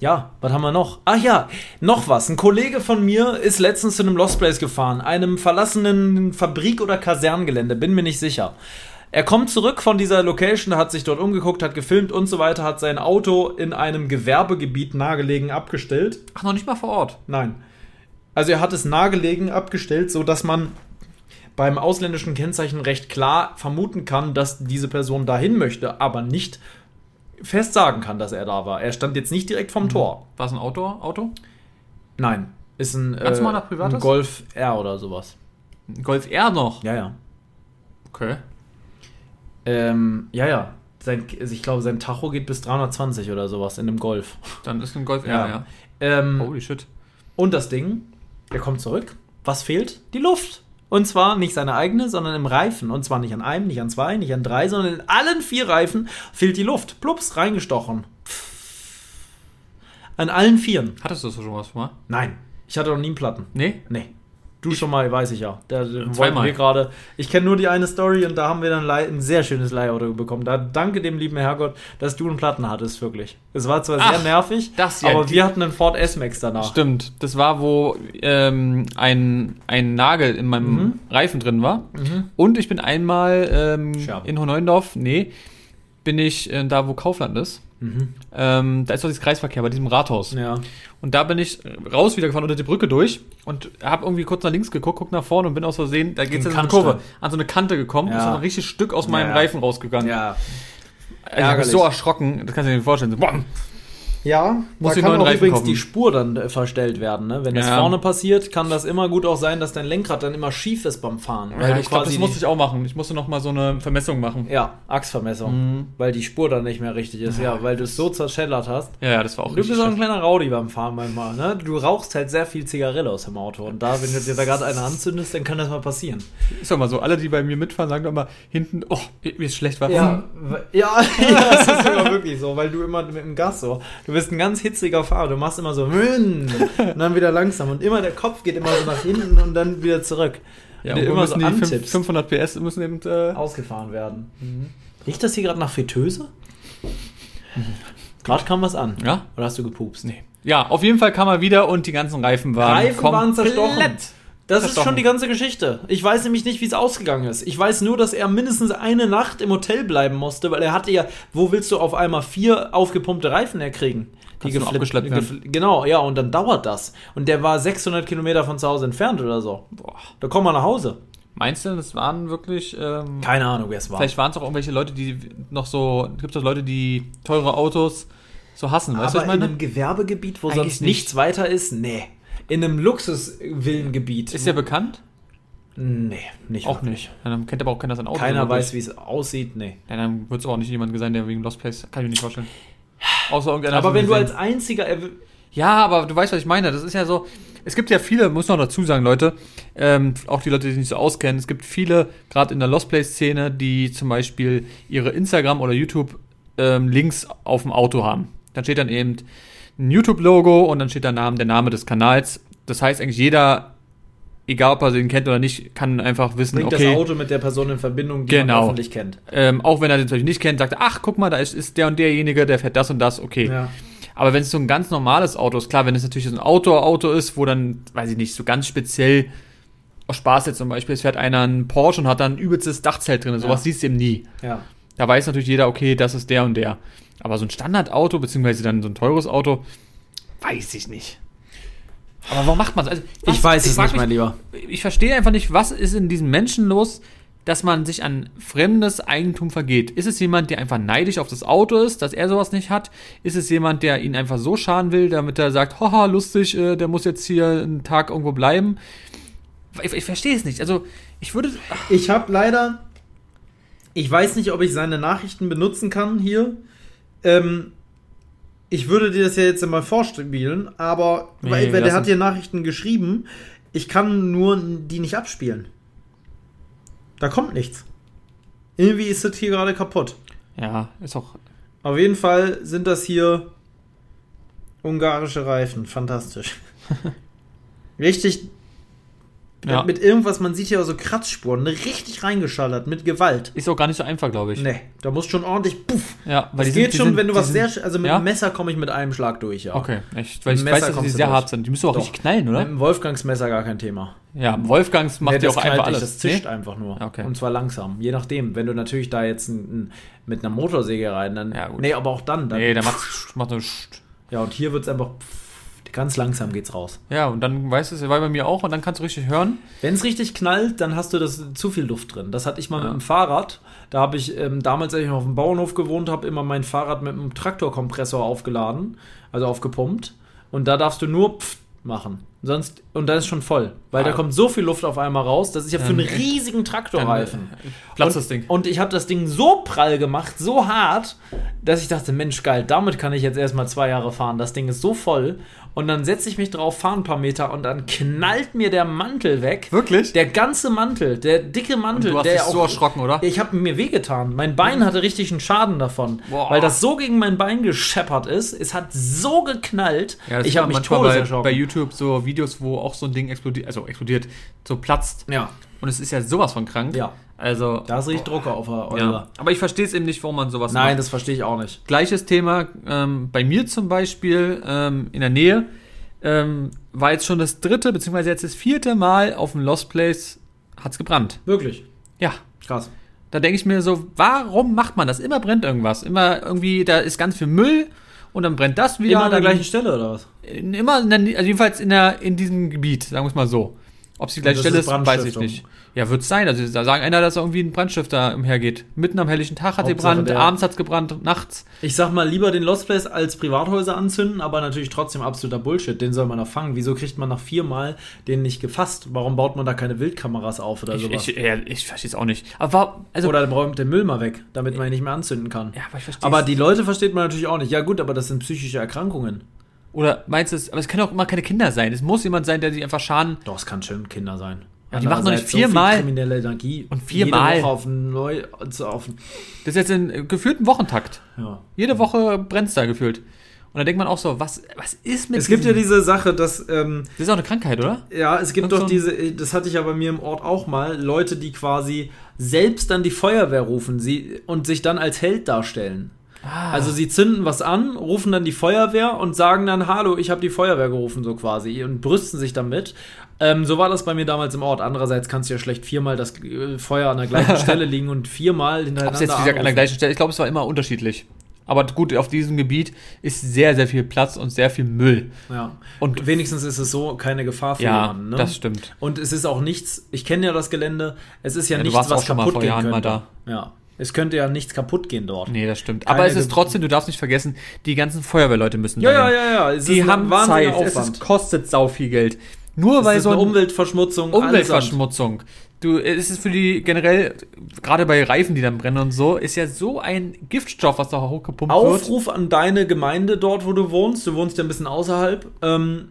A: ja, was haben wir noch? Ach ja, noch was. Ein Kollege von mir ist letztens zu einem Lost Place gefahren, einem verlassenen Fabrik- oder Kasernengelände, bin mir nicht sicher. Er kommt zurück von dieser Location, hat sich dort umgeguckt, hat gefilmt und so weiter, hat sein Auto in einem Gewerbegebiet nahegelegen abgestellt.
B: Ach, noch nicht mal vor Ort.
A: Nein. Also er hat es nahegelegen abgestellt, so dass man beim ausländischen Kennzeichen recht klar vermuten kann, dass diese Person dahin möchte, aber nicht fest sagen kann, dass er da war. Er stand jetzt nicht direkt vom
B: Mhm.
A: Tor.
B: War es ein Outdoor Auto?
A: Nein, ist ein, äh,
B: Ganz normaler privates?
A: ein Golf R oder sowas.
B: Ein Golf R noch.
A: Ja, ja.
B: Okay.
A: Ähm, ja, ja. Sein, also ich glaube, sein Tacho geht bis 320 oder sowas in einem Golf.
B: Dann ist ein Golf R, ja.
A: Ähm,
B: Holy shit.
A: Und das Ding, er kommt zurück. Was fehlt? Die Luft. Und zwar nicht seine eigene, sondern im Reifen. Und zwar nicht an einem, nicht an zwei, nicht an drei, sondern in allen vier Reifen fehlt die Luft. Plups, reingestochen. An allen Vieren.
B: Hattest du das schon mal schon mal?
A: Nein, ich hatte noch nie einen Platten.
B: Nee?
A: Nee. Du schon mal, weiß ich ja. Da wollten
B: Zweimal.
A: wir gerade. Ich kenne nur die eine Story und da haben wir dann lei- ein sehr schönes Leihauto bekommen. Da danke dem lieben Herrgott, dass du einen Platten hattest, wirklich. Es war zwar sehr
B: Ach,
A: nervig,
B: das ja,
A: aber
B: die-
A: wir hatten einen Ford S-Max danach.
B: Stimmt. Das war, wo ähm, ein, ein Nagel in meinem
A: Mhm.
B: Reifen drin war. Und ich bin einmal ähm,
A: Scherben.
B: in Hohenneundorf, nee, bin ich äh, da, wo Kaufland ist.
A: Mhm.
B: Ähm, da ist doch dieses Kreisverkehr bei diesem Rathaus.
A: Ja.
B: Und da bin ich raus wieder gefahren unter die Brücke durch und habe irgendwie kurz nach links geguckt, guck nach vorne und bin aus Versehen, da
A: Den
B: geht's jetzt in eine
A: Kannstein.
B: Kurve, an so eine Kante gekommen und
A: Ja.
B: ist dann ein richtiges Stück aus meinem
A: Ja.
B: Reifen rausgegangen.
A: Ja,
B: Also ich hab mich
A: ärgerlich.
B: so erschrocken, das kannst du dir nicht vorstellen. So, boah.
A: Ja,
B: Muss
A: da
B: ich
A: kann
B: neuen
A: auch
B: Reifen
A: übrigens
B: kaufen.
A: die Spur dann äh, verstellt werden. Ne? Wenn das
B: Ja.
A: vorne passiert, kann das immer gut auch sein, dass dein Lenkrad dann immer schief ist beim Fahren. Weil
B: ja,
A: du
B: Also ich glaube, das
A: quasi
B: musste
A: die-
B: ich auch machen. Ich musste noch mal so eine Vermessung machen.
A: ja,
B: Mhm.
A: Achsvermessung, weil die Spur dann nicht mehr richtig ist, ja, weil du es so zerschellert hast.
B: Ja, ja, das war auch
A: Du bist
B: richtig.
A: auch ein
B: scheiße.
A: kleiner Rowdy beim Fahren manchmal, ne? Du rauchst halt sehr viel Zigarille aus dem Auto und da, wenn du dir da gerade eine anzündest, dann kann das mal passieren.
B: Ist doch mal so, alle, die bei mir mitfahren, sagen doch immer hinten, oh, mir ist schlecht, war.
A: ja, ja, das ist sogar wirklich so, weil du immer mit dem Gas so, du bist ein ganz hitziger Fahrer, du machst immer so "Hm", und dann wieder langsam und immer der Kopf geht immer so nach hinten und dann wieder zurück.
B: Ja,
A: und
B: und
A: du immer so
B: müssen die fünf- Mhm.
A: antippst,
B: 500 PS müssen eben äh,
A: ausgefahren werden. Riecht das hier gerade nach Fritteuse? Gerade kam was an.
B: Mhm. Ja.
A: Oder hast du gepupst?
B: Nee. Ja, auf jeden Fall kam er wieder und die ganzen Reifen waren
A: Reifen waren zerstochen. Das ist
B: Verstochen.
A: schon die ganze Geschichte. Ich weiß nämlich nicht, wie es ausgegangen ist. Ich weiß nur, dass er mindestens eine Nacht im Hotel bleiben musste, weil er hatte ja, wo willst du auf einmal vier aufgepumpte Reifen herkriegen?
B: Kannst du nur abgeschleppt werden.
A: gefl- Genau, ja, und dann dauert das. Und der war 600 Kilometer von zu Hause entfernt oder so.
B: Boah.
A: Da kommen wir nach Hause.
B: Meinst du, das waren wirklich. Ähm,
A: Keine Ahnung, wer es war.
B: vielleicht waren es auch irgendwelche Leute, die noch so. Gibt es Leute, die teure Autos so hassen? Weißt du, was
A: Aber
B: ich
A: in
B: meine?
A: einem Gewerbegebiet, wo
B: Eigentlich
A: sonst
B: nicht.
A: nichts weiter ist, nee. In einem Luxusvillengebiet.
B: Ist ja bekannt?
A: Nee, nicht
B: Auch
A: wirklich.
B: nicht. Ja, dann kennt aber auch keiner sein Auto.
A: Keiner
B: so wirklich.
A: weiß, wie es aussieht, nee.
B: Ja, dann wird es auch nicht jemand sein, der wegen Lost Place. Kann ich mir nicht vorstellen. Außer irgendeiner. hat
A: Aber
B: ihn
A: wenn du als
B: gesehen.
A: einziger erw-
B: Ja, aber du weißt, was ich meine. Das ist ja so. Es gibt ja viele, muss noch dazu sagen, Leute, ähm, auch die Leute, die sich nicht so auskennen, es gibt viele, gerade in der Lost Play-Szene, die zum Beispiel ihre Instagram- oder YouTube-Links auf dem Auto haben. Dann steht dann eben ein YouTube-Logo und dann steht der Name, der Name des Kanals. Das heißt, eigentlich jeder, egal ob er den kennt oder nicht, kann einfach wissen,
A: bringt
B: okay,
A: das Auto mit der Person in Verbindung, die
B: Genau.
A: man hoffentlich kennt.
B: ähm, auch wenn er den zum Beispiel nicht kennt, sagt, er, ach, guck mal, da ist, ist der und derjenige, der fährt das und das, okay.
A: Ja.
B: Aber wenn es so ein ganz normales Auto ist, klar, wenn es natürlich so ein Outdoor-Auto ist, wo dann, weiß ich nicht, so ganz speziell, aus Spaß jetzt zum Beispiel, es fährt einer einen Porsche und hat dann ein übelstes Dachzelt drin, sowas
A: Ja.
B: siehst du eben nie.
A: ja.
B: Da weiß natürlich jeder, okay, das ist der und der. Aber so ein Standardauto, beziehungsweise dann so ein teures Auto, weiß ich nicht. Aber warum macht man es? Also, was-
A: Ich weiß es
B: frag
A: nicht,
B: mich-
A: mein Lieber.
B: ich verstehe einfach nicht, was ist in diesen Menschen los, dass man sich an fremdes Eigentum vergeht. Ist es jemand, der einfach neidisch auf das Auto ist, dass er sowas nicht hat? Ist es jemand, der ihn einfach so schaden will, damit er sagt, haha, lustig, äh, der muss jetzt hier einen Tag irgendwo bleiben? Ich, ich verstehe es nicht. Also, ich würde. Ach,
A: Ich habe leider, ich weiß nicht, ob ich seine Nachrichten benutzen kann hier. Ähm, ich würde dir das ja jetzt mal vorspielen, aber
B: Nee,
A: weil, weil der
B: lass
A: hat
B: ihn.
A: dir Nachrichten geschrieben. Ich kann nur die nicht abspielen. Da kommt nichts. Irgendwie ist das hier gerade kaputt.
B: ja, ist auch.
A: Auf jeden Fall sind das hier ungarische Reifen. Fantastisch. richtig.
B: Ja,
A: Mit irgendwas, man sieht hier auch so Kratzspuren, ne, richtig reingeschallert, mit Gewalt.
B: ist auch gar nicht so einfach, glaube ich.
A: Nee, da muss schon ordentlich. Puff.
B: Ja, weil
A: Das
B: die
A: geht
B: die
A: schon, wenn du
B: die
A: was sehr.
B: sind-
A: sch- Also mit
B: ja?
A: einem Messer komme ich mit einem Schlag durch, ja.
B: Okay, ich, weil ich
A: Messer
B: weiß, dass die
A: kommst du
B: sehr
A: durch.
B: hart sind. Die müssen auch
A: Doch.
B: richtig knallen,
A: Mit
B: oder?
A: dem Wolfgangs Messer gar kein Thema.
B: Ja, Wolfgangs macht
A: Nee,
B: ja auch
A: knallt
B: einfach
A: nicht,
B: alles.
A: Das zischt
B: Nee?
A: einfach nur.
B: Okay.
A: Und zwar langsam. Je nachdem. Wenn du natürlich da jetzt ein, ein, mit einer Motorsäge rein, dann.
B: Ja, gut.
A: Nee, aber auch dann. dann
B: Nee, der macht, macht nur. Sch-
A: Ja, und hier wird es einfach. pff, ganz langsam geht's raus.
B: Ja, und dann weißt du es, er war bei mir auch und dann kannst du richtig hören.
A: Wenn es richtig knallt, dann hast du das zu viel Luft drin. Das hatte ich mal
B: Ja.
A: mit dem Fahrrad. Da habe ich ähm, damals, als ich noch auf dem Bauernhof gewohnt habe, immer mein Fahrrad mit einem Traktorkompressor aufgeladen, also aufgepumpt. Und da darfst du nur pff machen. Sonst, und dann ist schon voll. Weil da
B: Ah.
A: kommt so viel Luft auf einmal raus. Das ist ja für einen riesigen Traktorreifen.
B: Platzt
A: und,
B: das Ding.
A: Und ich habe das Ding so prall gemacht, so hart, dass ich dachte, Mensch, geil, damit kann ich jetzt erstmal zwei Jahre fahren. Das Ding ist so voll. Und dann setze ich mich drauf, fahre ein paar Meter und dann knallt mir der Mantel weg.
B: Wirklich?
A: Der ganze Mantel, der dicke Mantel,
B: du hast
A: der
B: dich
A: auch,
B: so erschrocken, oder?
A: Ich habe mir wehgetan. Mein Bein hatte richtig einen Schaden davon,
B: Boah.
A: weil das so gegen mein Bein gescheppert ist. Es hat so geknallt.
B: Ja, das
A: ich
B: sieht
A: habe
B: man
A: mich
B: manchmal bei,
A: todeserschrocken.
B: bei YouTube so Videos, wo auch so ein Ding explodiert, also explodiert, so platzt.
A: ja,
B: Und es ist ja sowas von krank.
A: Ja.
B: Also.
A: da sehe ich Drucker auf der
B: ja.
A: Euler.
B: Aber ich verstehe es eben nicht, warum man sowas
A: Nein,
B: macht.
A: das verstehe ich auch nicht.
B: Gleiches Thema ähm, bei mir zum Beispiel ähm, in der Nähe. Ähm, war jetzt schon das dritte, beziehungsweise jetzt das vierte Mal auf dem Lost Place hat's gebrannt.
A: Wirklich.
B: Ja,
A: Krass.
B: Da denke ich mir so, warum macht man das? Immer brennt irgendwas. Immer irgendwie, da ist ganz viel Müll und dann brennt das wieder.
A: Immer an der
B: dann
A: gleichen Stelle oder was?
B: in, immer in der, also jedenfalls in, der, in diesem Gebiet, sagen wir es mal so. Ob es die gleiche
A: Und das
B: Stelle ist,
A: ist
B: weiß ich
A: Brandstiftung.
B: nicht. Ja, wird es sein. Also da sagen einer, dass da irgendwie ein Brandstifter umhergeht. Mitten am helllichen Tag hat sie
A: Hauptsache,
B: gebrannt,
A: der-
B: abends hat es gebrannt, nachts.
A: Ich sag mal lieber den Lost Place als Privathäuser anzünden, aber natürlich trotzdem absoluter Bullshit. Den soll man doch fangen. Wieso kriegt man nach viermal den nicht gefasst? Warum baut man da keine Wildkameras auf oder
B: Ich,
A: sowas?
B: ich, ja, ich verstehe es auch nicht. Aber war,
A: Also
B: also,
A: oder räumt den Müll mal weg, damit man ihn nicht mehr anzünden kann.
B: ja, aber ich verstehe
A: aber die Leute versteht man natürlich auch nicht. Ja gut, aber das sind psychische Erkrankungen.
B: Oder meinst du es, aber es können auch immer keine Kinder sein. Es muss jemand sein, der sich einfach schaden.
A: Doch, es kann schon Kinder sein.
B: Ja, die machen doch nicht
A: Andererseits so viel
B: viermal.
A: kriminelle Energie.
B: Und viermal.
A: Jede Woche auf ein neu, zu- auf ein,
B: Das ist jetzt in äh, geführten Wochentakt.
A: ja.
B: Jede Woche brennt's da gefühlt. Und da denkt man auch so, was, was ist mit
A: Es gibt ja
B: diesem-
A: diese Sache, dass ähm,
B: Das ist auch eine Krankheit, oder?
A: Ja, es gibt
B: Und so
A: doch
B: ein-
A: diese, äh, das hatte ich ja bei mir im Ort auch mal, Leute, die quasi selbst dann die Feuerwehr rufen sie, und sich dann als Held darstellen.
B: Ah.
A: Also sie zünden was an, rufen dann die Feuerwehr und sagen dann, hallo, ich habe die Feuerwehr gerufen, so quasi, und brüsten sich damit. Ähm, so war das bei mir damals im Ort. Andererseits kannst du ja schlecht viermal das äh, Feuer an der gleichen Stelle liegen und viermal
B: Ob
A: hintereinander
B: es jetzt, wie gesagt, an der
A: anrufen.
B: gleichen Stelle, ich glaube, es war immer unterschiedlich. Aber gut, auf diesem Gebiet ist sehr, sehr viel Platz und sehr viel Müll.
A: ja.
B: Und-
A: Und wenigstens ist es so keine Gefahr für
B: Ja,
A: jemanden. Ne?
B: das stimmt.
A: Und es ist auch nichts, ich kenne ja das Gelände, es ist ja,
B: Ja, du
A: nichts,
B: warst
A: was
B: auch schon mal
A: kaputt
B: vor
A: gehen
B: Jahren
A: könnte.
B: mal
A: Ja. Es könnte ja nichts kaputt gehen dort.
B: Nee, das stimmt.
A: Keine
B: Aber es ist
A: Ge-
B: trotzdem, du darfst nicht vergessen, die ganzen Feuerwehrleute müssen
A: Ja, ja,
B: dahin.
A: ja, ja. Es
B: Die
A: ein
B: haben
A: wahnsinniger
B: Zeit, es
A: Aufwand.
B: ist, kostet sau viel Geld. Nur
A: Es
B: weil
A: ist
B: so
A: eine
B: ein
A: Umweltverschmutzung. allesamt.
B: Umweltverschmutzung. Du, es ist für die generell, gerade bei Reifen, die dann brennen und so, ist ja so ein Giftstoff, was da hochgepumpt wird.
A: Aufruf an deine Gemeinde dort, wo du wohnst. Du wohnst ja ein bisschen außerhalb. Ähm,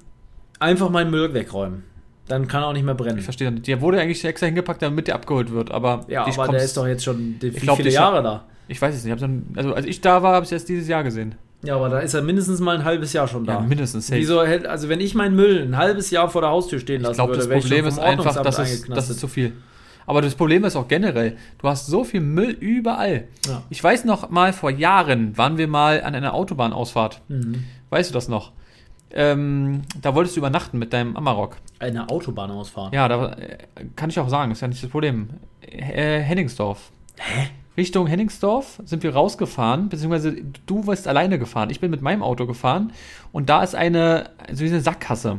A: einfach meinen Müll wegräumen. Dann kann er auch nicht mehr brennen.
B: Ich verstehe nicht. Der wurde eigentlich extra hingepackt, damit der abgeholt wird, aber
A: Ja,
B: ich,
A: aber der
B: komm's-
A: ist doch jetzt schon die, wie
B: glaub,
A: viele
B: die-
A: Jahre da.
B: ich weiß es nicht. ich Hab's dann, also als ich da war, habe ich erst dieses Jahr gesehen.
A: Ja, aber da ist er mindestens mal ein halbes Jahr schon da.
B: Ja, mindestens, safe.
A: Wieso hält, also wenn ich meinen Müll ein halbes Jahr vor der Haustür stehen lassen
B: Ich glaube,
A: würde,
B: das
A: wäre ich schon
B: Problem
A: vom
B: ist einfach,
A: Ordnungsamt
B: dass es, das ist
A: eingeknastet.
B: zu viel. Aber das Problem ist auch generell, du hast so viel Müll überall.
A: Ja.
B: Ich weiß noch mal, vor Jahren waren wir mal an einer Autobahnausfahrt.
A: Mhm.
B: Weißt du das noch? Ähm, da wolltest du übernachten mit deinem Amarok.
A: Eine Autobahn ausfahren.
B: Ja, da äh, kann ich auch sagen, ist ja nicht das Problem. Äh, Henningsdorf. Hä? Richtung Henningsdorf sind wir rausgefahren, beziehungsweise du warst alleine gefahren. Ich bin mit meinem Auto gefahren und da ist eine, so wie eine Sackgasse.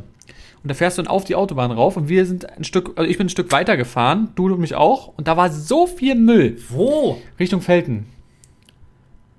B: Und da fährst du dann auf die Autobahn rauf und wir sind ein Stück, also ich bin ein Stück weiter gefahren, du und mich auch, und da war so viel Müll
A: Wo?
B: Richtung Felten.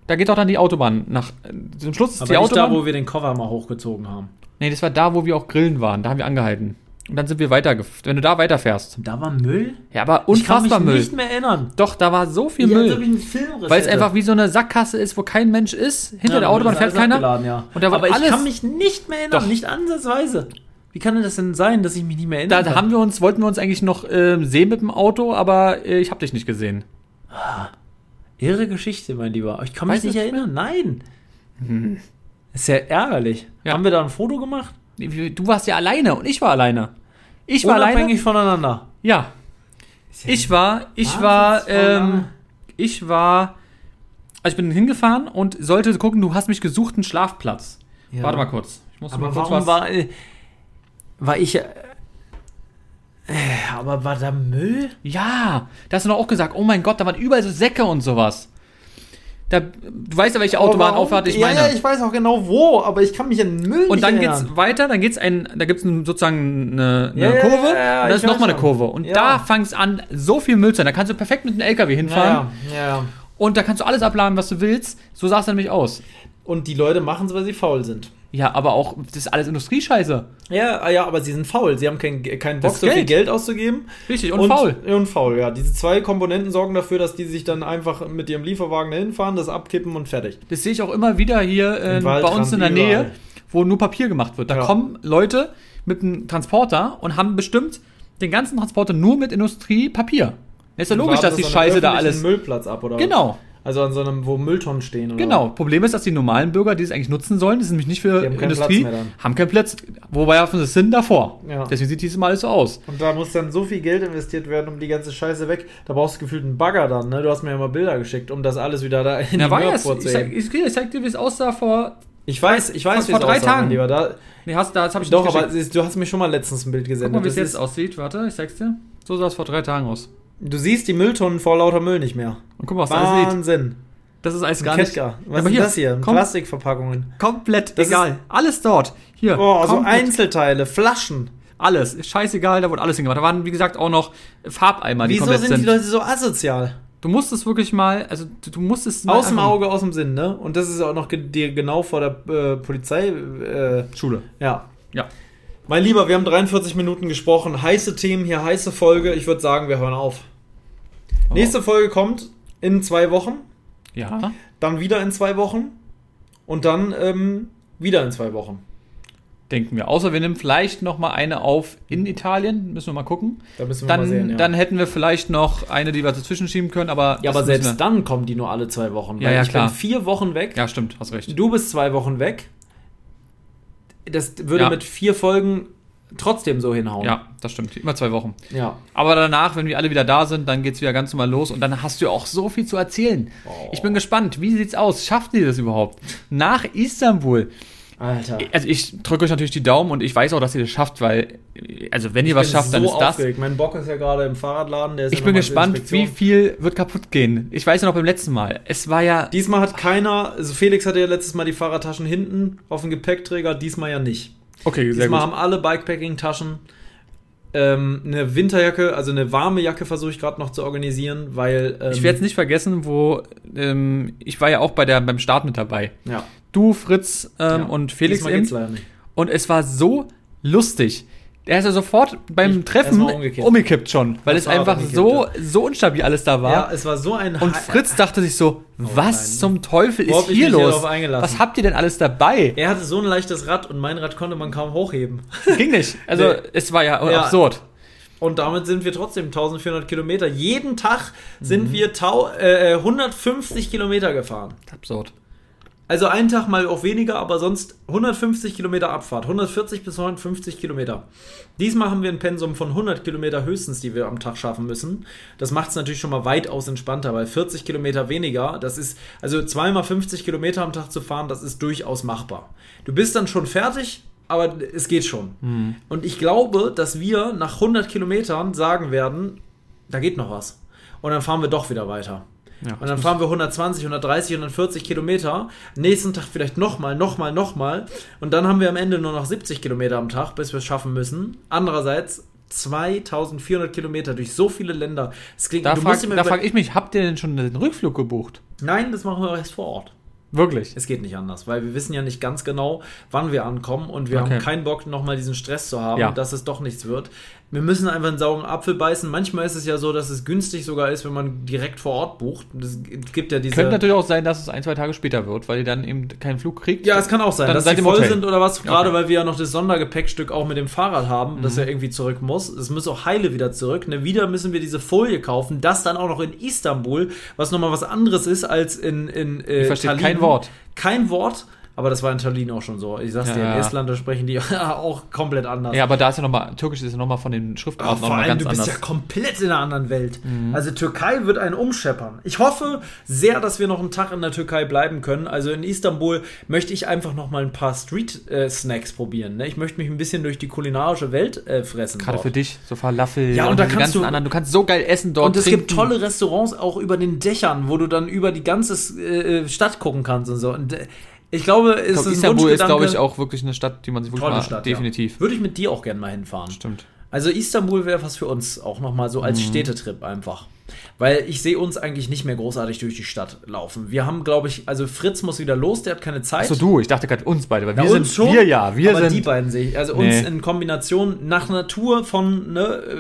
B: Da geht auch dann die Autobahn nach. äh, Zum Schluss ist
A: Aber
B: die
A: nicht
B: Autobahn.
A: da, wo wir den Cover mal hochgezogen haben.
B: nee, das war da, wo wir auch grillen waren. Da haben wir angehalten. Und dann sind wir weitergefahren. Wenn du da weiterfährst,
A: Da war Müll?
B: ja, aber
A: Ich kann mich
B: unfassbar Müll.
A: nicht mehr erinnern.
B: Doch, da war so viel
A: Wie, als ob ich
B: Müll.
A: einen Filmriss
B: Weil es
A: hätte.
B: einfach wie so eine Sackgasse ist, wo kein Mensch ist. Hinter
A: Ja,
B: der
A: dann
B: Autobahn
A: wird das
B: fährt
A: alles
B: keiner.
A: abgeladen, Ja.
B: Und da war
A: Aber
B: alles-
A: ich kann mich nicht mehr erinnern,
B: Doch.
A: nicht ansatzweise. Wie kann denn das denn sein, dass ich mich nicht mehr
B: Da,
A: erinnern
B: da
A: kann?
B: haben wir uns, wollten wir uns eigentlich noch ähm, sehen mit dem Auto, aber äh, ich habe dich nicht gesehen.
A: Irre Geschichte, mein Lieber. Ich kann mich
B: Weißt du
A: nicht
B: das
A: erinnern. Nein. Ist ja ärgerlich.
B: Hm. Ja.
A: Haben wir da ein Foto gemacht?
B: Du warst ja alleine und ich war alleine. Ich war alleine.
A: Unabhängig voneinander.
B: Ja. Ich war, ich
A: Wahnsinns-
B: war, ähm,
A: Vollname.
B: ich war, also ich bin hingefahren und sollte gucken, du hast mich gesucht, einen Schlafplatz.
A: Ja.
B: Warte mal kurz. Ich muss mal
A: Aber
B: kurz
A: warum war, äh, war ich. Äh, äh, aber war da Müll?
B: Ja, da hast du doch auch gesagt, oh mein Gott, da waren überall so Säcke und sowas. Da, du weißt ja, welche Autobahnauffahrt ich meine.
A: Oh, Ja, ja, ich weiß auch genau wo, aber ich kann mich an Müll
B: und
A: nicht
B: dann
A: erinnern.
B: geht's weiter, dann geht's ein, da gibt's ein, sozusagen eine, eine
A: Ja, ja,
B: Kurve
A: ja, ja,
B: und
A: ich
B: dann ist
A: weiß
B: nochmal eine
A: schon.
B: Kurve. Und
A: Ja.
B: da fangst an, so viel Müll zu sein. Da kannst du perfekt mit einem LKW hinfahren
A: Ja, ja, ja.
B: und da kannst du alles abladen, was du willst. So sah es dann nämlich aus.
A: Und die Leute machen es, weil sie faul sind.
B: Ja, aber auch, das ist alles Industriescheiße.
A: Ja, ah ja, aber sie sind faul. Sie haben keinen kein
B: Das
A: Bock, so viel
B: Geld.
A: Geld auszugeben.
B: Richtig, und faul.
A: Und faul, ja. Diese zwei Komponenten sorgen dafür, dass die sich dann einfach mit ihrem Lieferwagen dahin fahren, das abkippen und fertig.
B: Das sehe ich auch immer wieder hier äh,
A: Im
B: bei
A: Waldrand,
B: uns in der
A: überall.
B: Nähe, wo nur Papier gemacht wird. Da
A: Ja.
B: kommen Leute mit einem Transporter und haben bestimmt den ganzen Transporter nur mit Industriepapier. Ist ja logisch,
A: Laden
B: dass die
A: das an einem
B: Scheiße da
A: öffentlichen
B: alles.
A: Müllplatz ab, oder?
B: Genau,
A: Also an so einem, wo Mülltonnen stehen. Oder?
B: genau. Problem ist, dass die normalen Bürger, die es eigentlich nutzen sollen, das ist nämlich nicht für
A: Die haben keinen
B: Industrie,
A: Platz mehr dann.
B: haben keinen Platz. Wo werfen sie es hin? Davor.
A: Ja.
B: Deswegen sieht dieses Mal alles so aus.
A: Und da muss dann so viel Geld investiert werden, um die ganze Scheiße weg. Da brauchst du gefühlt einen Bagger dann, ne? Du hast mir ja mal Bilder geschickt, um das alles wieder da in
B: Na,
A: die
B: war
A: Müllabfuhr
B: es. Ich,
A: zu
B: zeig-
A: heben.
B: ich, ich zeig dir, wie es aussah vor.
A: Ich weiß, ich weiß,
B: vor- vor
A: es
B: drei
A: aussah, mein
B: Tagen.
A: Lieber. Da,
B: Nee, hast, da, das habe ich
A: doch,
B: nicht
A: aber
B: geschickt.
A: es ist- du hast mir schon mal letztens ein Bild
B: Guck
A: gesendet.
B: mal, wie es
A: Das
B: jetzt
A: ist-
B: aussieht. Warte, ich zeig's dir. So sah es vor drei Tagen aus.
A: du siehst die Mülltonnen vor lauter Müll nicht mehr.
B: Und guck mal, was da alles liegt.
A: Wahnsinn.
B: Das ist alles gar nicht.
A: Ketka.
B: Aber
A: Was ist das hier?
B: Kom
A: Plastikverpackungen.
B: komplett
A: Das
B: egal. alles dort. Hier.
A: Oh, so
B: komplett
A: Einzelteile, Flaschen.
B: Alles. Ist Scheißegal, da wurde alles hingemacht. Da waren, wie gesagt, auch noch Farbeimer, die
A: Wieso
B: komplett
A: sind
B: sind.
A: die Leute so asozial?
B: du musst es wirklich mal, also du, du musst es mal
A: Aus dem
B: einfach-
A: Auge, aus dem Sinn, ne? Und das ist auch noch ge dir genau vor der äh, Polizei. Äh,
B: Schule.
A: ja.
B: Ja.
A: Mein Lieber, wir haben 43 Minuten gesprochen. Heiße Themen hier, heiße Folge. Ich würde sagen, wir hören auf.
B: Oh.
A: Nächste Folge kommt in zwei Wochen,
B: Ja.
A: dann wieder in zwei Wochen und dann ähm, wieder in zwei Wochen.
B: Denken wir. Außer wir nehmen vielleicht noch mal eine auf in Italien. Müssen wir mal gucken.
A: Da müssen wir
B: Dann,
A: mal sehen. Ja,
B: dann hätten wir vielleicht noch eine, die wir dazwischen schieben können, aber.
A: ja aber
B: das müssen
A: selbst
B: wir,
A: dann kommen die nur alle zwei Wochen.
B: Ja,
A: weil
B: ja,
A: ich
B: klar.
A: bin vier Wochen weg.
B: Ja, stimmt, hast recht.
A: Du bist zwei Wochen weg. Das würde
B: Ja.
A: mit vier Folgen trotzdem so hinhauen.
B: Ja, das stimmt. Immer zwei Wochen.
A: Ja.
B: Aber danach, wenn wir alle wieder da sind, dann geht's wieder ganz normal los und dann hast du auch so viel zu erzählen.
A: Oh.
B: Ich bin gespannt. Wie sieht's aus? Schafft ihr das überhaupt? Nach Istanbul.
A: Alter.
B: Also ich drücke euch natürlich die Daumen und ich weiß auch, dass ihr das schafft, weil, also wenn ihr was schafft, dann ist das.
A: Mein Bock ist ja gerade im Fahrradladen. Der ist
B: Ich
A: ja
B: bin
A: nochmal zur
B: gespannt,
A: Inspektion.
B: wie viel wird kaputt gehen. Ich weiß ja noch beim letzten Mal. Es war ja.
A: Diesmal hat keiner, also Felix hatte ja letztes Mal die Fahrradtaschen hinten auf dem Gepäckträger, diesmal ja nicht.
B: okay,
A: Diesmal haben alle Bikepacking-Taschen ähm, eine Winterjacke, also eine warme Jacke versuche ich gerade noch zu organisieren, weil. Ähm,
B: Ich werde es nicht vergessen, wo ähm, ich war ja auch bei der, beim Start mit dabei.
A: Ja.
B: Du, Fritz ähm, und Felix
A: Diesmal geht's
B: eben.
A: leider nicht.
B: Und es war so lustig. Er ist ja sofort beim
A: Ich-
B: Treffen
A: erstmal umgekippt.
B: schon, weil
A: Das
B: es
A: war
B: einfach
A: umgekippt,
B: so, so unstabil alles da war.
A: Ja, es war so ein.
B: Und
A: Hi-
B: Fritz dachte sich so, was
A: nein.
B: zum Teufel
A: Wo
B: ist
A: hab ich
B: hier
A: mich hier
B: los?
A: drauf eingelassen?
B: Was habt ihr denn alles dabei?
A: Er hatte so ein leichtes Rad und mein Rad konnte man kaum hochheben.
B: Ging nicht. Also
A: Nee.
B: es war ja,
A: Ja.
B: absurd.
A: Und damit sind wir trotzdem 1400 Kilometer. Jeden Tag sind wir tau äh, 150 Kilometer gefahren.
B: Absurd.
A: Also einen Tag mal auch weniger, aber sonst 150 Kilometer Abfahrt. 140 bis 150 Kilometer. Diesmal haben wir ein Pensum von 100 Kilometer höchstens, die wir am Tag schaffen müssen. Das macht es natürlich schon mal weitaus entspannter, weil 40 Kilometer weniger, das ist, also zweimal 50 Kilometer am Tag zu fahren, das ist durchaus machbar. Du bist dann schon fertig, aber es geht schon. Und ich glaube, dass wir nach 100 Kilometern sagen werden, da geht noch was. Und dann fahren wir doch wieder weiter.
B: Ja,
A: Und dann fahren wir 120, 130, 140 Kilometer. Nächsten Tag vielleicht nochmal, nochmal, nochmal. Und dann haben wir am Ende nur noch 70 Kilometer am Tag, bis wir es schaffen müssen. Andererseits 2400 Kilometer durch so viele Länder. Es klingt,
B: Da
A: du musst
B: frage
A: dir mal
B: da
A: über-
B: frag ich mich, habt ihr denn schon den Rückflug gebucht?
A: Nein, das machen wir erst vor Ort.
B: Wirklich?
A: Es geht nicht anders, weil wir wissen ja nicht ganz genau, wann wir ankommen und wir
B: Okay.
A: haben keinen Bock, nochmal diesen Stress zu haben,
B: Ja.
A: dass es doch nichts wird. Wir müssen einfach einen sauren Apfel beißen. Manchmal ist es ja so, dass es günstig sogar ist, wenn man direkt vor Ort bucht. Es gibt ja diese.
B: Könnte natürlich auch sein, dass es ein, zwei Tage später wird, weil ihr dann eben keinen Flug kriegt.
A: Ja, es kann auch sein,
B: Dann
A: dass
B: seid
A: sie
B: im
A: voll
B: Hotel.
A: sind oder was. Gerade
B: Okay. Mhm.
A: weil wir ja noch das Sondergepäckstück auch mit dem Fahrrad haben, das ja irgendwie zurück muss. Es muss auch Heile wieder zurück. Ne? Wieder müssen wir diese Folie kaufen. Das dann auch noch in Istanbul, was nochmal was anderes ist als in, in äh,
B: Ich verstehe kein Wort.
A: Kein Wort. Aber das war in Tallinn auch schon so. Ich sag's dir,
B: Ja.
A: in Estland da sprechen die auch komplett anders.
B: Ja, aber da ist ja nochmal, Türkisch ist ja nochmal von den Schriftarten
A: Aber
B: noch
A: Ah, vor
B: mal
A: allem,
B: ganz
A: du bist
B: anders. Mhm.
A: ja komplett in einer anderen Welt. Also Türkei wird einen umscheppern. Ich hoffe sehr, dass wir noch einen Tag in der Türkei bleiben können. Also in Istanbul möchte ich einfach noch mal ein paar Street-Snacks probieren. Ne? Ich möchte mich ein bisschen durch die kulinarische Welt äh, fressen.
B: Gerade
A: dort.
B: für dich, so Falafel
A: Ja, und da
B: die
A: kannst
B: ganzen
A: du-
B: anderen. Du kannst so geil essen dort.
A: Und es
B: trinken.
A: gibt tolle Restaurants auch über den Dächern, wo du dann über die ganze äh, Stadt gucken kannst und so. Und äh, ich glaube, es
B: Ich
A: ist
B: glaub,
A: ein
B: Istanbul ist,
A: Wunschgedanke.
B: glaube ich, auch wirklich eine Stadt, die man sich wirklich
A: tolle
B: mal
A: Stadt.
B: definitiv.
A: Ja. Würde ich mit dir auch gerne mal hinfahren.
B: Stimmt.
A: Also Istanbul wäre was für uns auch nochmal so
B: Mhm.
A: als Städtetrip einfach. Weil ich sehe uns eigentlich nicht mehr großartig durch die Stadt laufen. Wir haben, glaube ich, also Fritz muss wieder los, der hat keine Zeit.
B: Achso, du, ich dachte gerade uns beide, weil
A: Ja,
B: wir sind
A: uns schon,
B: wir ja, wir
A: aber die
B: sind
A: beiden sehe ich. Also
B: Nee.
A: uns in Kombination nach Natur von ne, äh,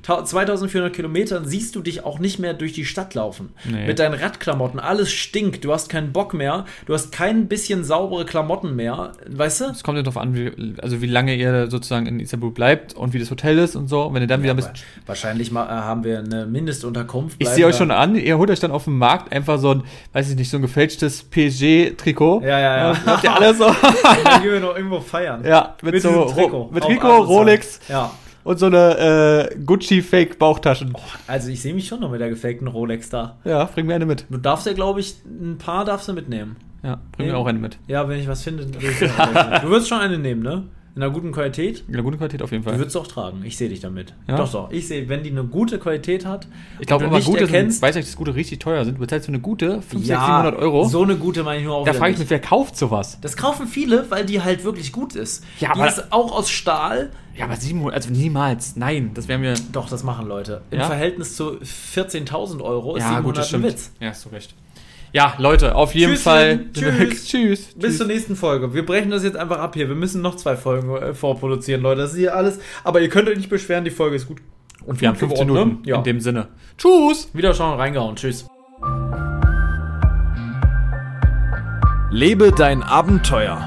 A: 2400 Kilometern siehst du dich auch nicht mehr durch die Stadt laufen.
B: Nee.
A: Mit deinen Radklamotten, alles stinkt, du hast keinen Bock mehr, du hast kein bisschen saubere Klamotten mehr, weißt du?
B: Es kommt ja darauf an, wie, also wie lange ihr sozusagen in Istanbul bleibt und wie das Hotel ist und so. Und wenn ihr dann wieder ein bisschen.
A: Wahrscheinlich mal, äh, haben wir eine Mindestunterkunft.
B: Ich
A: bleiben
B: sehe euch
A: da-
B: schon an, ihr holt euch dann auf dem Markt einfach so ein, weiß ich nicht, so ein gefälschtes PSG-Trikot.
A: Ja, ja, ja.
B: Und habt ihr alle so.
A: Dann gehen wir noch irgendwo feiern.
B: ja, mit, so
A: diesem
B: Ro- mit
A: Auf
B: Trikot,
A: Amazon.
B: Rolex
A: Ja.
B: und so eine äh, Gucci-Fake-Bauchtaschen.
A: Also ich sehe mich schon noch mit der gefakten Rolex da.
B: Ja, bring mir eine mit.
A: Du darfst ja, glaube ich, ein paar darfst du mitnehmen.
B: Ja, bring mir auch eine mit.
A: Ja, wenn ich was finde. will ich eine Rolex nehmen. du würdest schon eine nehmen, ne? In einer guten Qualität.
B: In einer guten Qualität auf jeden
A: Du
B: Fall.
A: würdest auch tragen. Ich sehe dich damit.
B: Ja?
A: Doch, doch. Ich sehe, wenn die eine gute Qualität hat,
B: Ich glaube,
A: und du
B: aber gute, sind,
A: erkennst,
B: weiß ich, dass gute richtig teuer sind. Du bezahlst für eine gute 500,
A: ja,
B: 700 Euro.
A: So eine gute meine ich nur auch.
B: da
A: wieder
B: frage ich
A: nicht.
B: mich, wer kauft sowas?
A: Das kaufen viele, weil die halt wirklich gut ist.
B: Ja,
A: die
B: aber-
A: ist auch aus Stahl.
B: Ja, aber 700, also niemals. Nein, das wäre mir.
A: Doch, das machen Leute. Im
B: Ja?
A: Verhältnis zu 14.000 Euro ist
B: Ja, gut,
A: 700
B: das
A: ein
B: stimmt.
A: Witz.
B: Ja, hast du recht. Ja, Leute, auf jeden
A: Tschüsschen.
B: Fall.
A: Tschüss.
B: Tschüss.
A: Bis
B: Tschüss.
A: zur nächsten Folge. Wir brechen das jetzt einfach ab hier. Wir müssen noch zwei Folgen äh, vorproduzieren, Leute. Das ist hier alles. Aber ihr könnt euch nicht beschweren, die Folge ist gut.
B: Und wir haben 15
A: geworden, ne?
B: Minuten.
A: Ja.
B: In dem Sinne. Tschüss.
A: Wieder schauen, reingehauen. Tschüss.
C: Lebe dein Abenteuer.